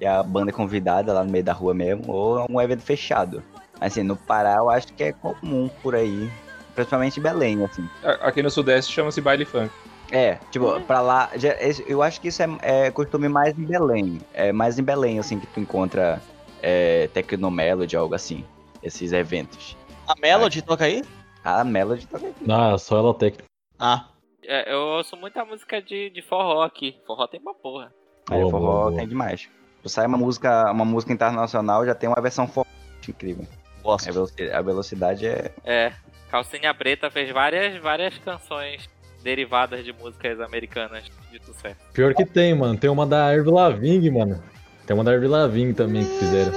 Speaker 2: e a banda é convidada lá no meio da rua mesmo, ou é um evento fechado. Assim, no Pará eu acho que é comum por aí, principalmente em Belém, assim.
Speaker 4: A- Aqui no Sudeste chama-se baile funk.
Speaker 2: É, tipo, pra lá, já- esse- eu acho que isso é, é costume mais em Belém, é mais em Belém, assim, que tu encontra é, Tecnomelody, algo assim, esses eventos.
Speaker 5: A Melody toca aí?
Speaker 2: A Melody também.
Speaker 6: Ah, só ela técnica.
Speaker 5: Ah.
Speaker 1: É, eu ouço muita música de, de forró aqui. Forró tem pra porra.
Speaker 2: Aí
Speaker 6: Boa,
Speaker 2: forró
Speaker 6: boa, boa.
Speaker 2: tem demais. Tu sai uma música, uma música internacional, já tem uma versão forte incrível.
Speaker 5: Gosto.
Speaker 2: A velocidade, a velocidade é.
Speaker 1: É. Calcinha Preta fez várias, várias canções derivadas de músicas americanas de sucesso.
Speaker 6: Pior que tem, mano. Tem uma da Avril Lavigne, mano. Tem uma da Avril Lavigne também que fizeram.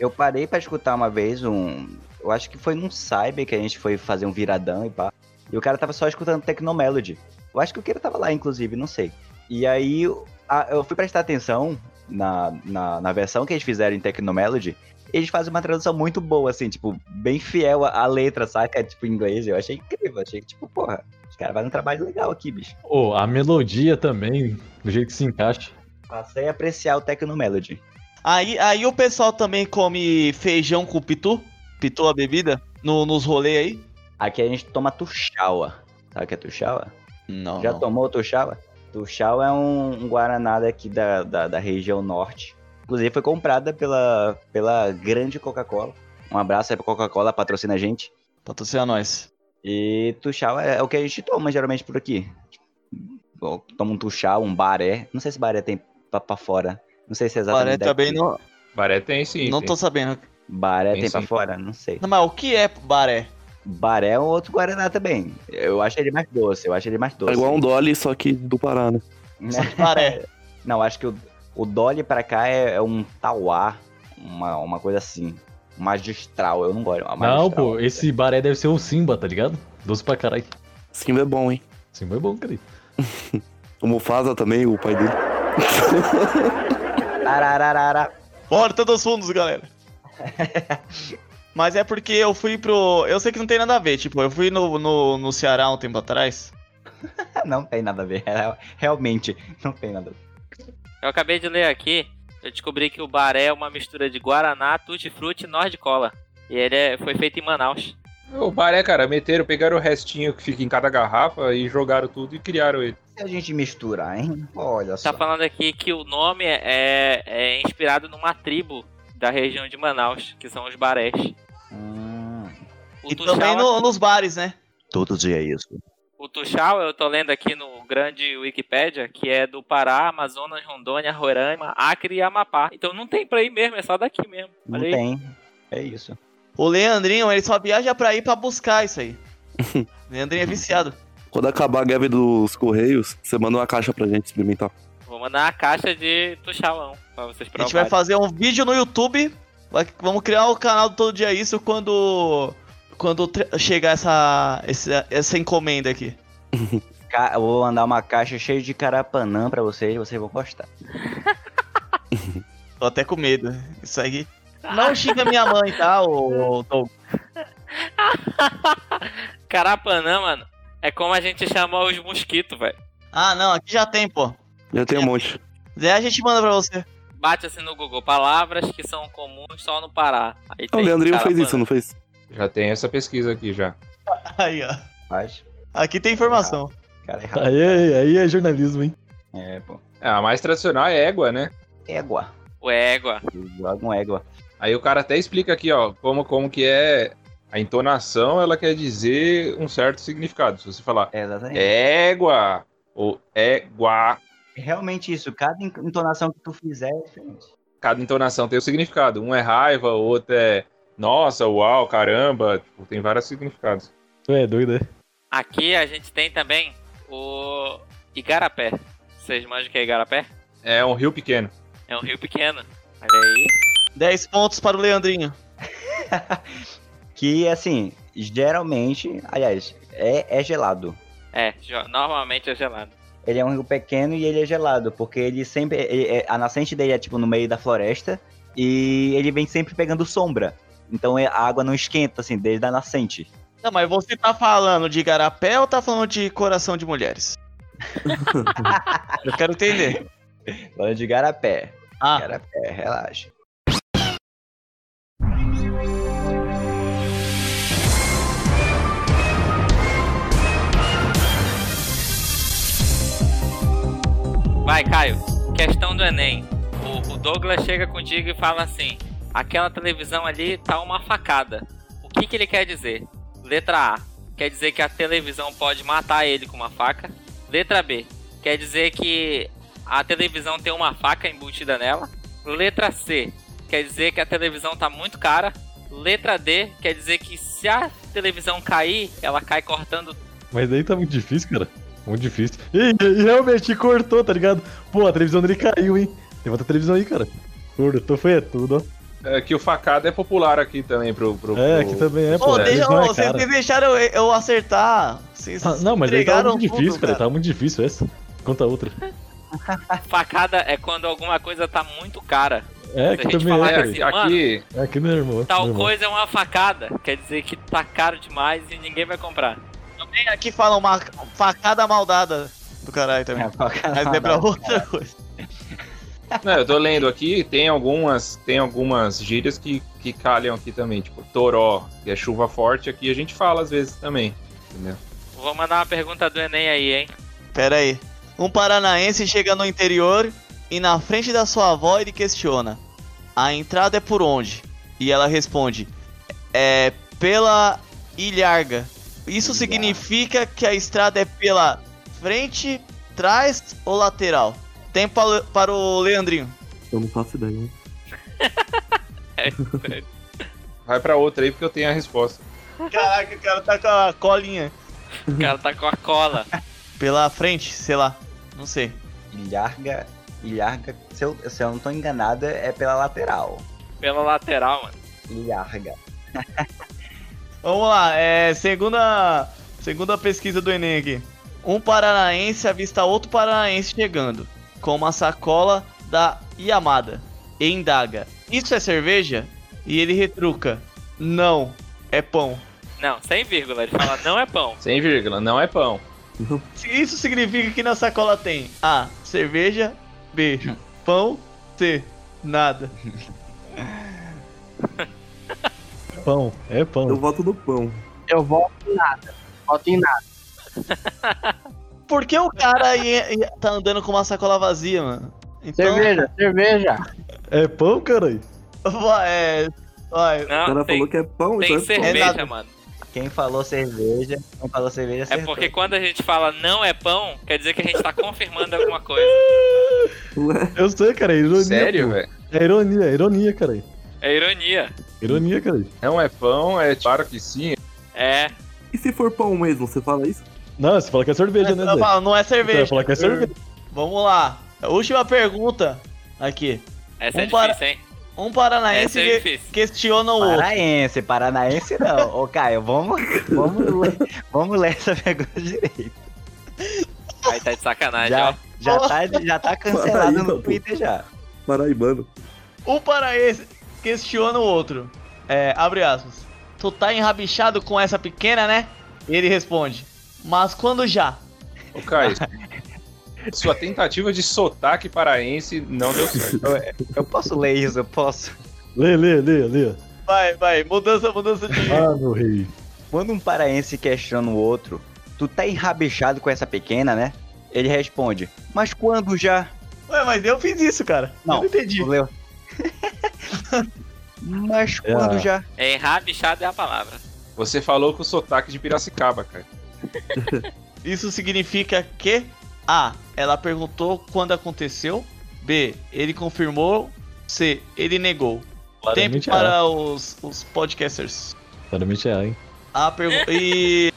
Speaker 2: Eu parei pra escutar uma vez um. Eu acho que foi num cyber que a gente foi fazer um viradão e pá. E o cara tava só escutando Tecnomelody. Eu acho que o Kira tava lá, inclusive, não sei. E aí a- eu fui prestar atenção na, na, na versão que eles fizeram em Tecnomelody. Eles fazem uma tradução muito boa, assim, tipo, bem fiel à- à letra, saca? Tipo, em inglês. Eu achei incrível. Achei que, tipo, porra, os caras fazem um trabalho legal aqui, bicho.
Speaker 6: Ô, a melodia também, do jeito que se encaixa.
Speaker 2: Passei a apreciar o Tecno Melody.
Speaker 5: Aí, aí o pessoal também come feijão com pitu? Pitu a bebida? No, nos rolês aí?
Speaker 2: Aqui a gente toma tuxaua. Sabe o que é tuxaua?
Speaker 5: Não.
Speaker 2: Já
Speaker 5: não.
Speaker 2: tomou tuxaua? Tuxaua é um, um guaraná daqui da, da, da região norte. Inclusive foi comprada pela, pela grande Coca-Cola. Um abraço aí pra Coca-Cola, patrocina a gente.
Speaker 5: Patrocina nós.
Speaker 2: E tuxaua é o que a gente toma geralmente por aqui. Bom, Toma um tuxau, um baré. Não sei se baré tem pra, pra fora. Não sei se é
Speaker 5: Parece
Speaker 2: exatamente
Speaker 5: também
Speaker 2: daqui.
Speaker 5: não,
Speaker 4: Baré tem sim.
Speaker 5: não
Speaker 4: tem.
Speaker 5: tô sabendo.
Speaker 2: Baré
Speaker 4: Tem
Speaker 2: tem, pra
Speaker 4: sim.
Speaker 2: fora, não sei.
Speaker 5: Não, mas o que é baré?
Speaker 2: Baré é um outro guaraná também. Eu acho ele mais doce, eu acho ele mais doce.
Speaker 7: É igual um Dolly, só que do Pará, né?
Speaker 2: Né?
Speaker 5: Baré.
Speaker 2: Não, acho que o, o Dolly pra cá é, é um tauá, uma, uma coisa assim. Magistral, eu não gosto. a
Speaker 6: Não,
Speaker 2: magistral.
Speaker 6: pô, esse baré deve ser o Simba, tá ligado? Doce pra caralho.
Speaker 7: Simba é bom, hein?
Speaker 6: Simba é bom, cara.
Speaker 7: O Mufasa também, o pai dele.
Speaker 2: Arararara.
Speaker 5: Porta dos fundos, galera. Mas é porque eu fui pro. Eu sei que não tem nada a ver, tipo, eu fui no, no, no Ceará um tempo atrás.
Speaker 2: Ah, Não tem nada a ver. é real- Realmente, não tem nada a ver.
Speaker 1: Eu acabei de ler aqui, eu descobri que o baré é uma mistura de Guaraná, tutti-frutti e Nord-Cola. E ele é- foi feito em Manaus.
Speaker 4: O bar é, cara, meteram, pegaram o restinho que fica em cada garrafa e jogaram tudo e criaram ele.
Speaker 2: Se a gente misturar, hein? Olha só.
Speaker 1: Tá falando aqui que o nome é, é inspirado numa tribo da região de Manaus, que são os barés.
Speaker 2: Hum.
Speaker 1: O
Speaker 5: E
Speaker 1: Tuxau
Speaker 5: também no- nos bares, né?
Speaker 2: Todo dia é isso.
Speaker 1: O Tuxau, eu tô lendo aqui no grande Wikipédia, que é do Pará, Amazonas, Rondônia, Roraima, Acre e Amapá. Então não tem pra ir mesmo, é só daqui mesmo.
Speaker 2: Não
Speaker 1: Olha aí.
Speaker 2: tem. É isso.
Speaker 5: O Leandrinho, ele só viaja pra ir pra buscar isso aí. Leandrinho é viciado.
Speaker 7: Quando acabar a greve dos Correios, você manda uma caixa pra gente experimentar.
Speaker 1: Vou mandar a caixa de Tuxauão pra vocês
Speaker 5: A gente vai
Speaker 1: provarem.
Speaker 5: fazer um vídeo no YouTube. vai- Vamos criar o canal do Todo Dia Isso quando. Quando tre- chegar essa, essa, essa encomenda aqui.
Speaker 2: Ca- eu Vou mandar uma caixa cheia de carapanã pra vocês, vocês vão gostar.
Speaker 5: Tô até com medo. Isso aí. Não xinga minha mãe, tá, ô, ô, Tom?
Speaker 1: Carapanã, mano, é como a gente chama os mosquitos, velho.
Speaker 5: Ah, não, aqui já tem, pô.
Speaker 7: Já
Speaker 1: É.
Speaker 7: tem um monte.
Speaker 5: Zé, a gente manda pra você.
Speaker 1: Bate assim no Google, palavras que são comuns só no Pará. Aí
Speaker 7: Ah, O
Speaker 1: tem
Speaker 7: Leandrinho fez
Speaker 1: carapanã.
Speaker 7: isso, não fez?
Speaker 4: Já tem essa pesquisa aqui já.
Speaker 5: Aí, ó.
Speaker 2: Mas,
Speaker 5: Aqui tem informação.
Speaker 2: cara, é errado.
Speaker 6: Aí, aí, aí é jornalismo, hein?
Speaker 2: É, pô.
Speaker 4: É, a mais tradicional é égua, né?
Speaker 2: Égua.
Speaker 1: O égua.
Speaker 2: Joga um égua.
Speaker 4: Aí o cara até explica aqui, ó, como, como que é a entonação, ela quer dizer um certo significado. Se você falar
Speaker 2: É exatamente.
Speaker 4: égua ou égua,
Speaker 2: É realmente isso. Cada en- entonação que tu fizer é diferente.
Speaker 4: cada entonação tem um significado. Um é raiva, o outro é nossa, uau, caramba. Tipo, tem vários significados.
Speaker 6: Tu é doido, é?
Speaker 1: Aqui a gente tem também o Igarapé. Vocês manjam o que é Igarapé?
Speaker 4: É um rio pequeno.
Speaker 1: É um rio pequeno. Olha aí.
Speaker 5: 10 pontos para o Leandrinho.
Speaker 2: Que, assim, geralmente, aliás, é, é gelado.
Speaker 1: É, jo- normalmente é gelado.
Speaker 2: Ele é um rio pequeno e ele é gelado, porque ele sempre. ele- é- a nascente dele é tipo no meio da floresta e ele vem sempre pegando sombra. Então é- a água não esquenta, assim, desde a nascente.
Speaker 5: Não, mas você tá falando de garapé ou tá falando de coração de mulheres? Eu quero entender.
Speaker 2: Bora de garapé.
Speaker 5: Ah,
Speaker 2: Garapé, relaxa.
Speaker 1: Vai, Caio. Questão do Enem. O, o Douglas chega contigo e fala assim: aquela televisão ali tá uma facada. O que, que ele quer dizer? Letra A. Quer dizer que a televisão pode matar ele com uma faca. Letra B. Quer dizer que a televisão tem uma faca embutida nela. Letra C. Quer dizer que a televisão tá muito cara. Letra D. Quer dizer que se a televisão cair, ela cai cortando.
Speaker 6: Mas daí tá muito difícil, cara. Muito difícil. E, e- e realmente cortou, tá ligado? Pô, a televisão dele caiu, hein? Levanta a televisão aí, cara. Cortou, foi tudo, ó.
Speaker 4: É que o facada é popular aqui também pro. pro,
Speaker 6: É,
Speaker 4: pro-
Speaker 6: aqui também é,
Speaker 5: Ô,
Speaker 6: pô. a
Speaker 5: deixa,
Speaker 6: televisão é
Speaker 5: ô, vocês
Speaker 6: cara.
Speaker 5: me deixaram eu- eu acertar. Vocês
Speaker 6: Ah, não, mas daí tá
Speaker 5: entregaram
Speaker 6: muito
Speaker 5: tudo,
Speaker 6: difícil, cara.
Speaker 5: cara.
Speaker 6: Tá muito difícil essa. Conta outra.
Speaker 1: Facada é quando alguma coisa tá muito cara.
Speaker 6: É,
Speaker 1: Se
Speaker 6: aqui
Speaker 1: a gente
Speaker 6: também
Speaker 1: falar
Speaker 6: é,
Speaker 4: É,
Speaker 6: cara.
Speaker 1: assim,
Speaker 4: aqui, aqui-
Speaker 6: É, Aqui não é irmão.
Speaker 1: Tal
Speaker 7: Uhum.
Speaker 6: normal.
Speaker 1: coisa é uma facada, quer dizer que tá caro demais e ninguém vai comprar.
Speaker 5: Tem aqui fala uma facada maldada do caralho também. Mas é pra outra coisa.
Speaker 4: não, eu tô lendo aqui, tem algumas, tem algumas gírias que, que calham aqui também, tipo toró, que é chuva forte aqui, a gente fala às vezes também. Entendeu?
Speaker 1: Vou mandar uma pergunta do Enem aí, hein?
Speaker 5: Pera aí. Um paranaense chega no interior e na frente da sua avó ele questiona: A entrada é por onde? E ela responde: É pela ilharga. Isso significa que a estrada é pela frente, trás ou lateral? Tem pa- para o Leandrinho.
Speaker 7: Eu não faço ideia.
Speaker 4: Vai pra outra aí porque eu tenho a resposta.
Speaker 5: Caraca, o cara tá com a colinha.
Speaker 7: Uhum.
Speaker 1: O cara tá com a cola.
Speaker 5: Pela frente, sei lá. Não sei.
Speaker 2: Ilharga. Ilharga, se eu, se eu não tô enganado, é pela lateral.
Speaker 1: Pela lateral, mano.
Speaker 2: Ilharga.
Speaker 5: Vamos lá, é. Segunda. Segunda pesquisa do Enem aqui. Um paranaense avista outro paranaense chegando, com uma sacola da Yamada, e indaga: Isso é cerveja? E ele retruca: Não, é pão.
Speaker 1: Não, sem vírgula. Ele fala, não é pão.
Speaker 4: Sem vírgula, não é pão.
Speaker 5: Se Isso significa que na sacola tem A. Cerveja. B. Pão. C. Nada.
Speaker 6: Pão, é
Speaker 7: Eu
Speaker 6: pão.
Speaker 7: voto no pão.
Speaker 8: Eu voto em nada. Voto em nada.
Speaker 5: Por que o cara ia- ia- tá andando com uma sacola vazia, mano? Então,
Speaker 8: Cerveja, cerveja.
Speaker 6: É pão, caralho?
Speaker 5: vai, é, vai,
Speaker 7: O
Speaker 1: Não,
Speaker 7: cara
Speaker 1: tem,
Speaker 7: falou que é pão,
Speaker 1: Ah, tem
Speaker 7: então é pão.
Speaker 1: cerveja,
Speaker 5: nada.
Speaker 1: mano.
Speaker 2: Quem falou cerveja, quem falou
Speaker 1: É
Speaker 2: cerveja acertou.
Speaker 1: porque quando a gente fala não é pão, quer dizer que a gente tá confirmando alguma coisa.
Speaker 7: Ué,
Speaker 6: Eu sei, cara, é ironia.
Speaker 4: Sério, velho?
Speaker 6: pô. É ironia, é ironia, caralho.
Speaker 1: É ironia.
Speaker 6: Ironia, caralho.
Speaker 4: Não é pão, é claro que sim.
Speaker 1: É.
Speaker 7: E se for pão mesmo, você fala isso?
Speaker 6: Não, você fala que é cerveja, né,
Speaker 5: não,
Speaker 6: Zé?
Speaker 5: não, não é
Speaker 6: Você vai
Speaker 5: cerveja.
Speaker 6: falar que é cerveja.
Speaker 5: Vamos lá. Última pergunta aqui.
Speaker 1: Essa é
Speaker 5: Um para-
Speaker 1: difícil, hein?
Speaker 5: Um
Speaker 2: Ah,
Speaker 5: paranaense
Speaker 1: Essa é
Speaker 5: que-
Speaker 1: difícil.
Speaker 5: questiona o outro.
Speaker 2: Paranaense, paranaense não. Ô, Caio, vamos, vamos, ler, vamos ler essa pergunta direito.
Speaker 1: Aí tá de sacanagem, ó.
Speaker 2: Já, já, tá, já tá cancelado
Speaker 7: Paraíba,
Speaker 2: no
Speaker 7: pô.
Speaker 2: Twitter já.
Speaker 7: Paraibano.
Speaker 5: Um paranaense questiona o outro. É, abre aspas. Tu tá enrabixado com essa pequena, né? Ele responde. Mas quando já?
Speaker 4: Ô, Caio, sua tentativa de sotaque paraense não deu certo.
Speaker 2: Eu posso ler isso, eu posso.
Speaker 6: Lê, lê, lê, lê.
Speaker 5: Vai, vai. Mudança, mudança de.
Speaker 6: Ah, meu rei.
Speaker 2: Quando um paraense questiona o outro, tu tá enrabixado com essa pequena, né? Ele responde, mas quando já?
Speaker 5: Ué, mas eu fiz isso, cara.
Speaker 2: Não.
Speaker 5: Eu não entendi.
Speaker 2: Tu leu? mas quando
Speaker 6: É.
Speaker 2: já?
Speaker 1: É enrabixado é a palavra.
Speaker 4: Você falou com o sotaque de Piracicaba, cara.
Speaker 5: Isso significa que A. Ela perguntou quando aconteceu. B. Ele confirmou. C. Ele negou.
Speaker 6: Claramente
Speaker 5: Tempo
Speaker 6: é A.
Speaker 5: para os, os podcasters.
Speaker 6: Claramente é A, hein?
Speaker 5: A pergunta. E.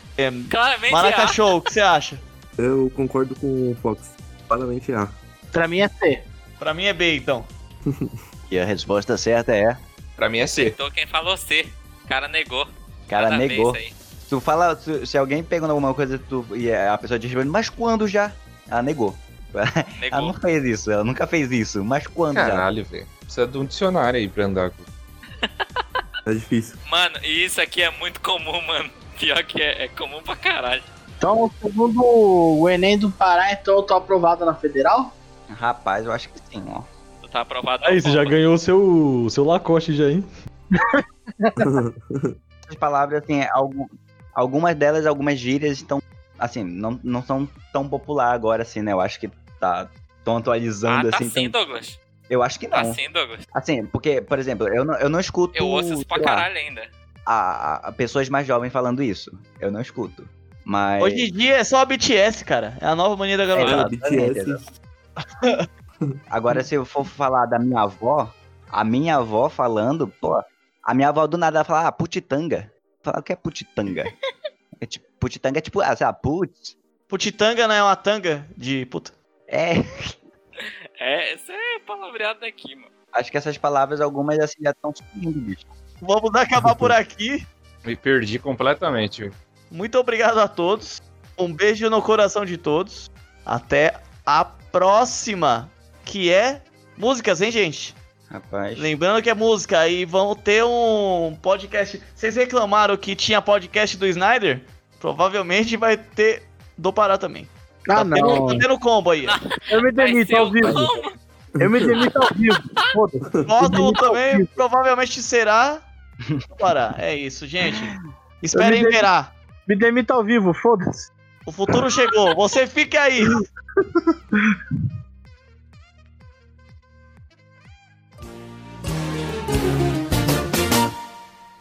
Speaker 1: Claramente
Speaker 5: Maraca
Speaker 1: é
Speaker 5: Show, o que você acha?
Speaker 7: Eu concordo com o Fox. Claramente ah, A.
Speaker 8: Pra mim é C.
Speaker 5: Pra mim é B, então.
Speaker 2: E a resposta certa é,
Speaker 4: Pra mim é
Speaker 1: A.
Speaker 4: C.
Speaker 1: Então quem falou C. O cara negou.
Speaker 2: o cara
Speaker 1: Nada a ver
Speaker 2: negou.
Speaker 1: isso aí.
Speaker 2: Tu fala, se, se alguém pergunta alguma coisa tu, e a pessoa te responde, mas quando já? Ela negou. Ela
Speaker 1: Negou.
Speaker 2: não fez isso, ela nunca fez isso, mas quando já?
Speaker 4: Caralho, velho. Precisa de um dicionário aí pra andar. com.
Speaker 7: É difícil.
Speaker 1: Mano, e isso aqui é muito comum, mano. Pior que é, é comum pra caralho.
Speaker 8: Então, segundo o Enem do Pará, então eu tô aprovado na federal?
Speaker 2: Rapaz, eu acho que sim, ó.
Speaker 1: Tu tá aprovado.
Speaker 6: Aí,
Speaker 1: na
Speaker 6: você já
Speaker 1: bomba.
Speaker 6: ganhou o seu, seu lacoste já, hein?
Speaker 2: Essas palavras, assim, algu- algumas delas, algumas gírias estão, assim, não, não são tão popular agora, assim, né? Eu acho que tá tão atualizando,
Speaker 1: Ah, tá
Speaker 2: assim.
Speaker 1: sim,
Speaker 2: tão-
Speaker 1: Douglas.
Speaker 2: Eu acho que
Speaker 1: Tá
Speaker 2: não.
Speaker 1: sim, Douglas.
Speaker 2: Assim, porque, por exemplo, eu não, eu não escuto
Speaker 1: Eu ouço isso pra
Speaker 2: sei lá,
Speaker 1: caralho ainda.
Speaker 2: a, a- pessoas mais jovens falando isso. Eu não escuto. Mas...
Speaker 5: Hoje em dia é só a BTS, cara. É a nova mania
Speaker 1: né?
Speaker 5: da galera.
Speaker 7: Ah,
Speaker 2: Exato,
Speaker 7: BTS.
Speaker 2: Agora, se eu for falar da minha avó, a minha avó falando, pô, a minha avó do nada ela fala, ah, putitanga. Fala o que é putitanga. É tipo, putitanga é tipo, ah, sei lá, putz.
Speaker 5: Putitanga não é uma tanga de puta.
Speaker 2: É,
Speaker 1: É, isso é palavreado daqui, mano.
Speaker 2: acho que essas palavras, algumas assim, já estão sumindo, bicho.
Speaker 5: Vamos acabar por aqui.
Speaker 4: Me perdi completamente. velho.
Speaker 5: Muito obrigado a todos. Um beijo no coração de todos. Até a próxima, que é músicas, hein, gente?
Speaker 2: Rapaz.
Speaker 5: Lembrando que é música e vão ter um podcast. Vocês reclamaram que tinha podcast do Snyder? Provavelmente vai ter do Pará também.
Speaker 8: Ah,
Speaker 5: tá Tendo,
Speaker 8: não.
Speaker 5: tá tendo combo aí.
Speaker 8: Eu me
Speaker 1: Vai
Speaker 8: demito
Speaker 1: ser
Speaker 8: ao
Speaker 1: o-
Speaker 8: vivo.
Speaker 1: Como?
Speaker 8: Eu me demito ao vivo. Foda-se.
Speaker 5: Voto
Speaker 8: Demito ao
Speaker 5: também
Speaker 8: vivo.
Speaker 5: provavelmente será do Pará. É isso, gente.
Speaker 8: Eu
Speaker 5: Esperem
Speaker 8: me dei-
Speaker 5: verá.
Speaker 8: Me demito ao vivo, foda-se.
Speaker 5: O futuro chegou. Você fica aí.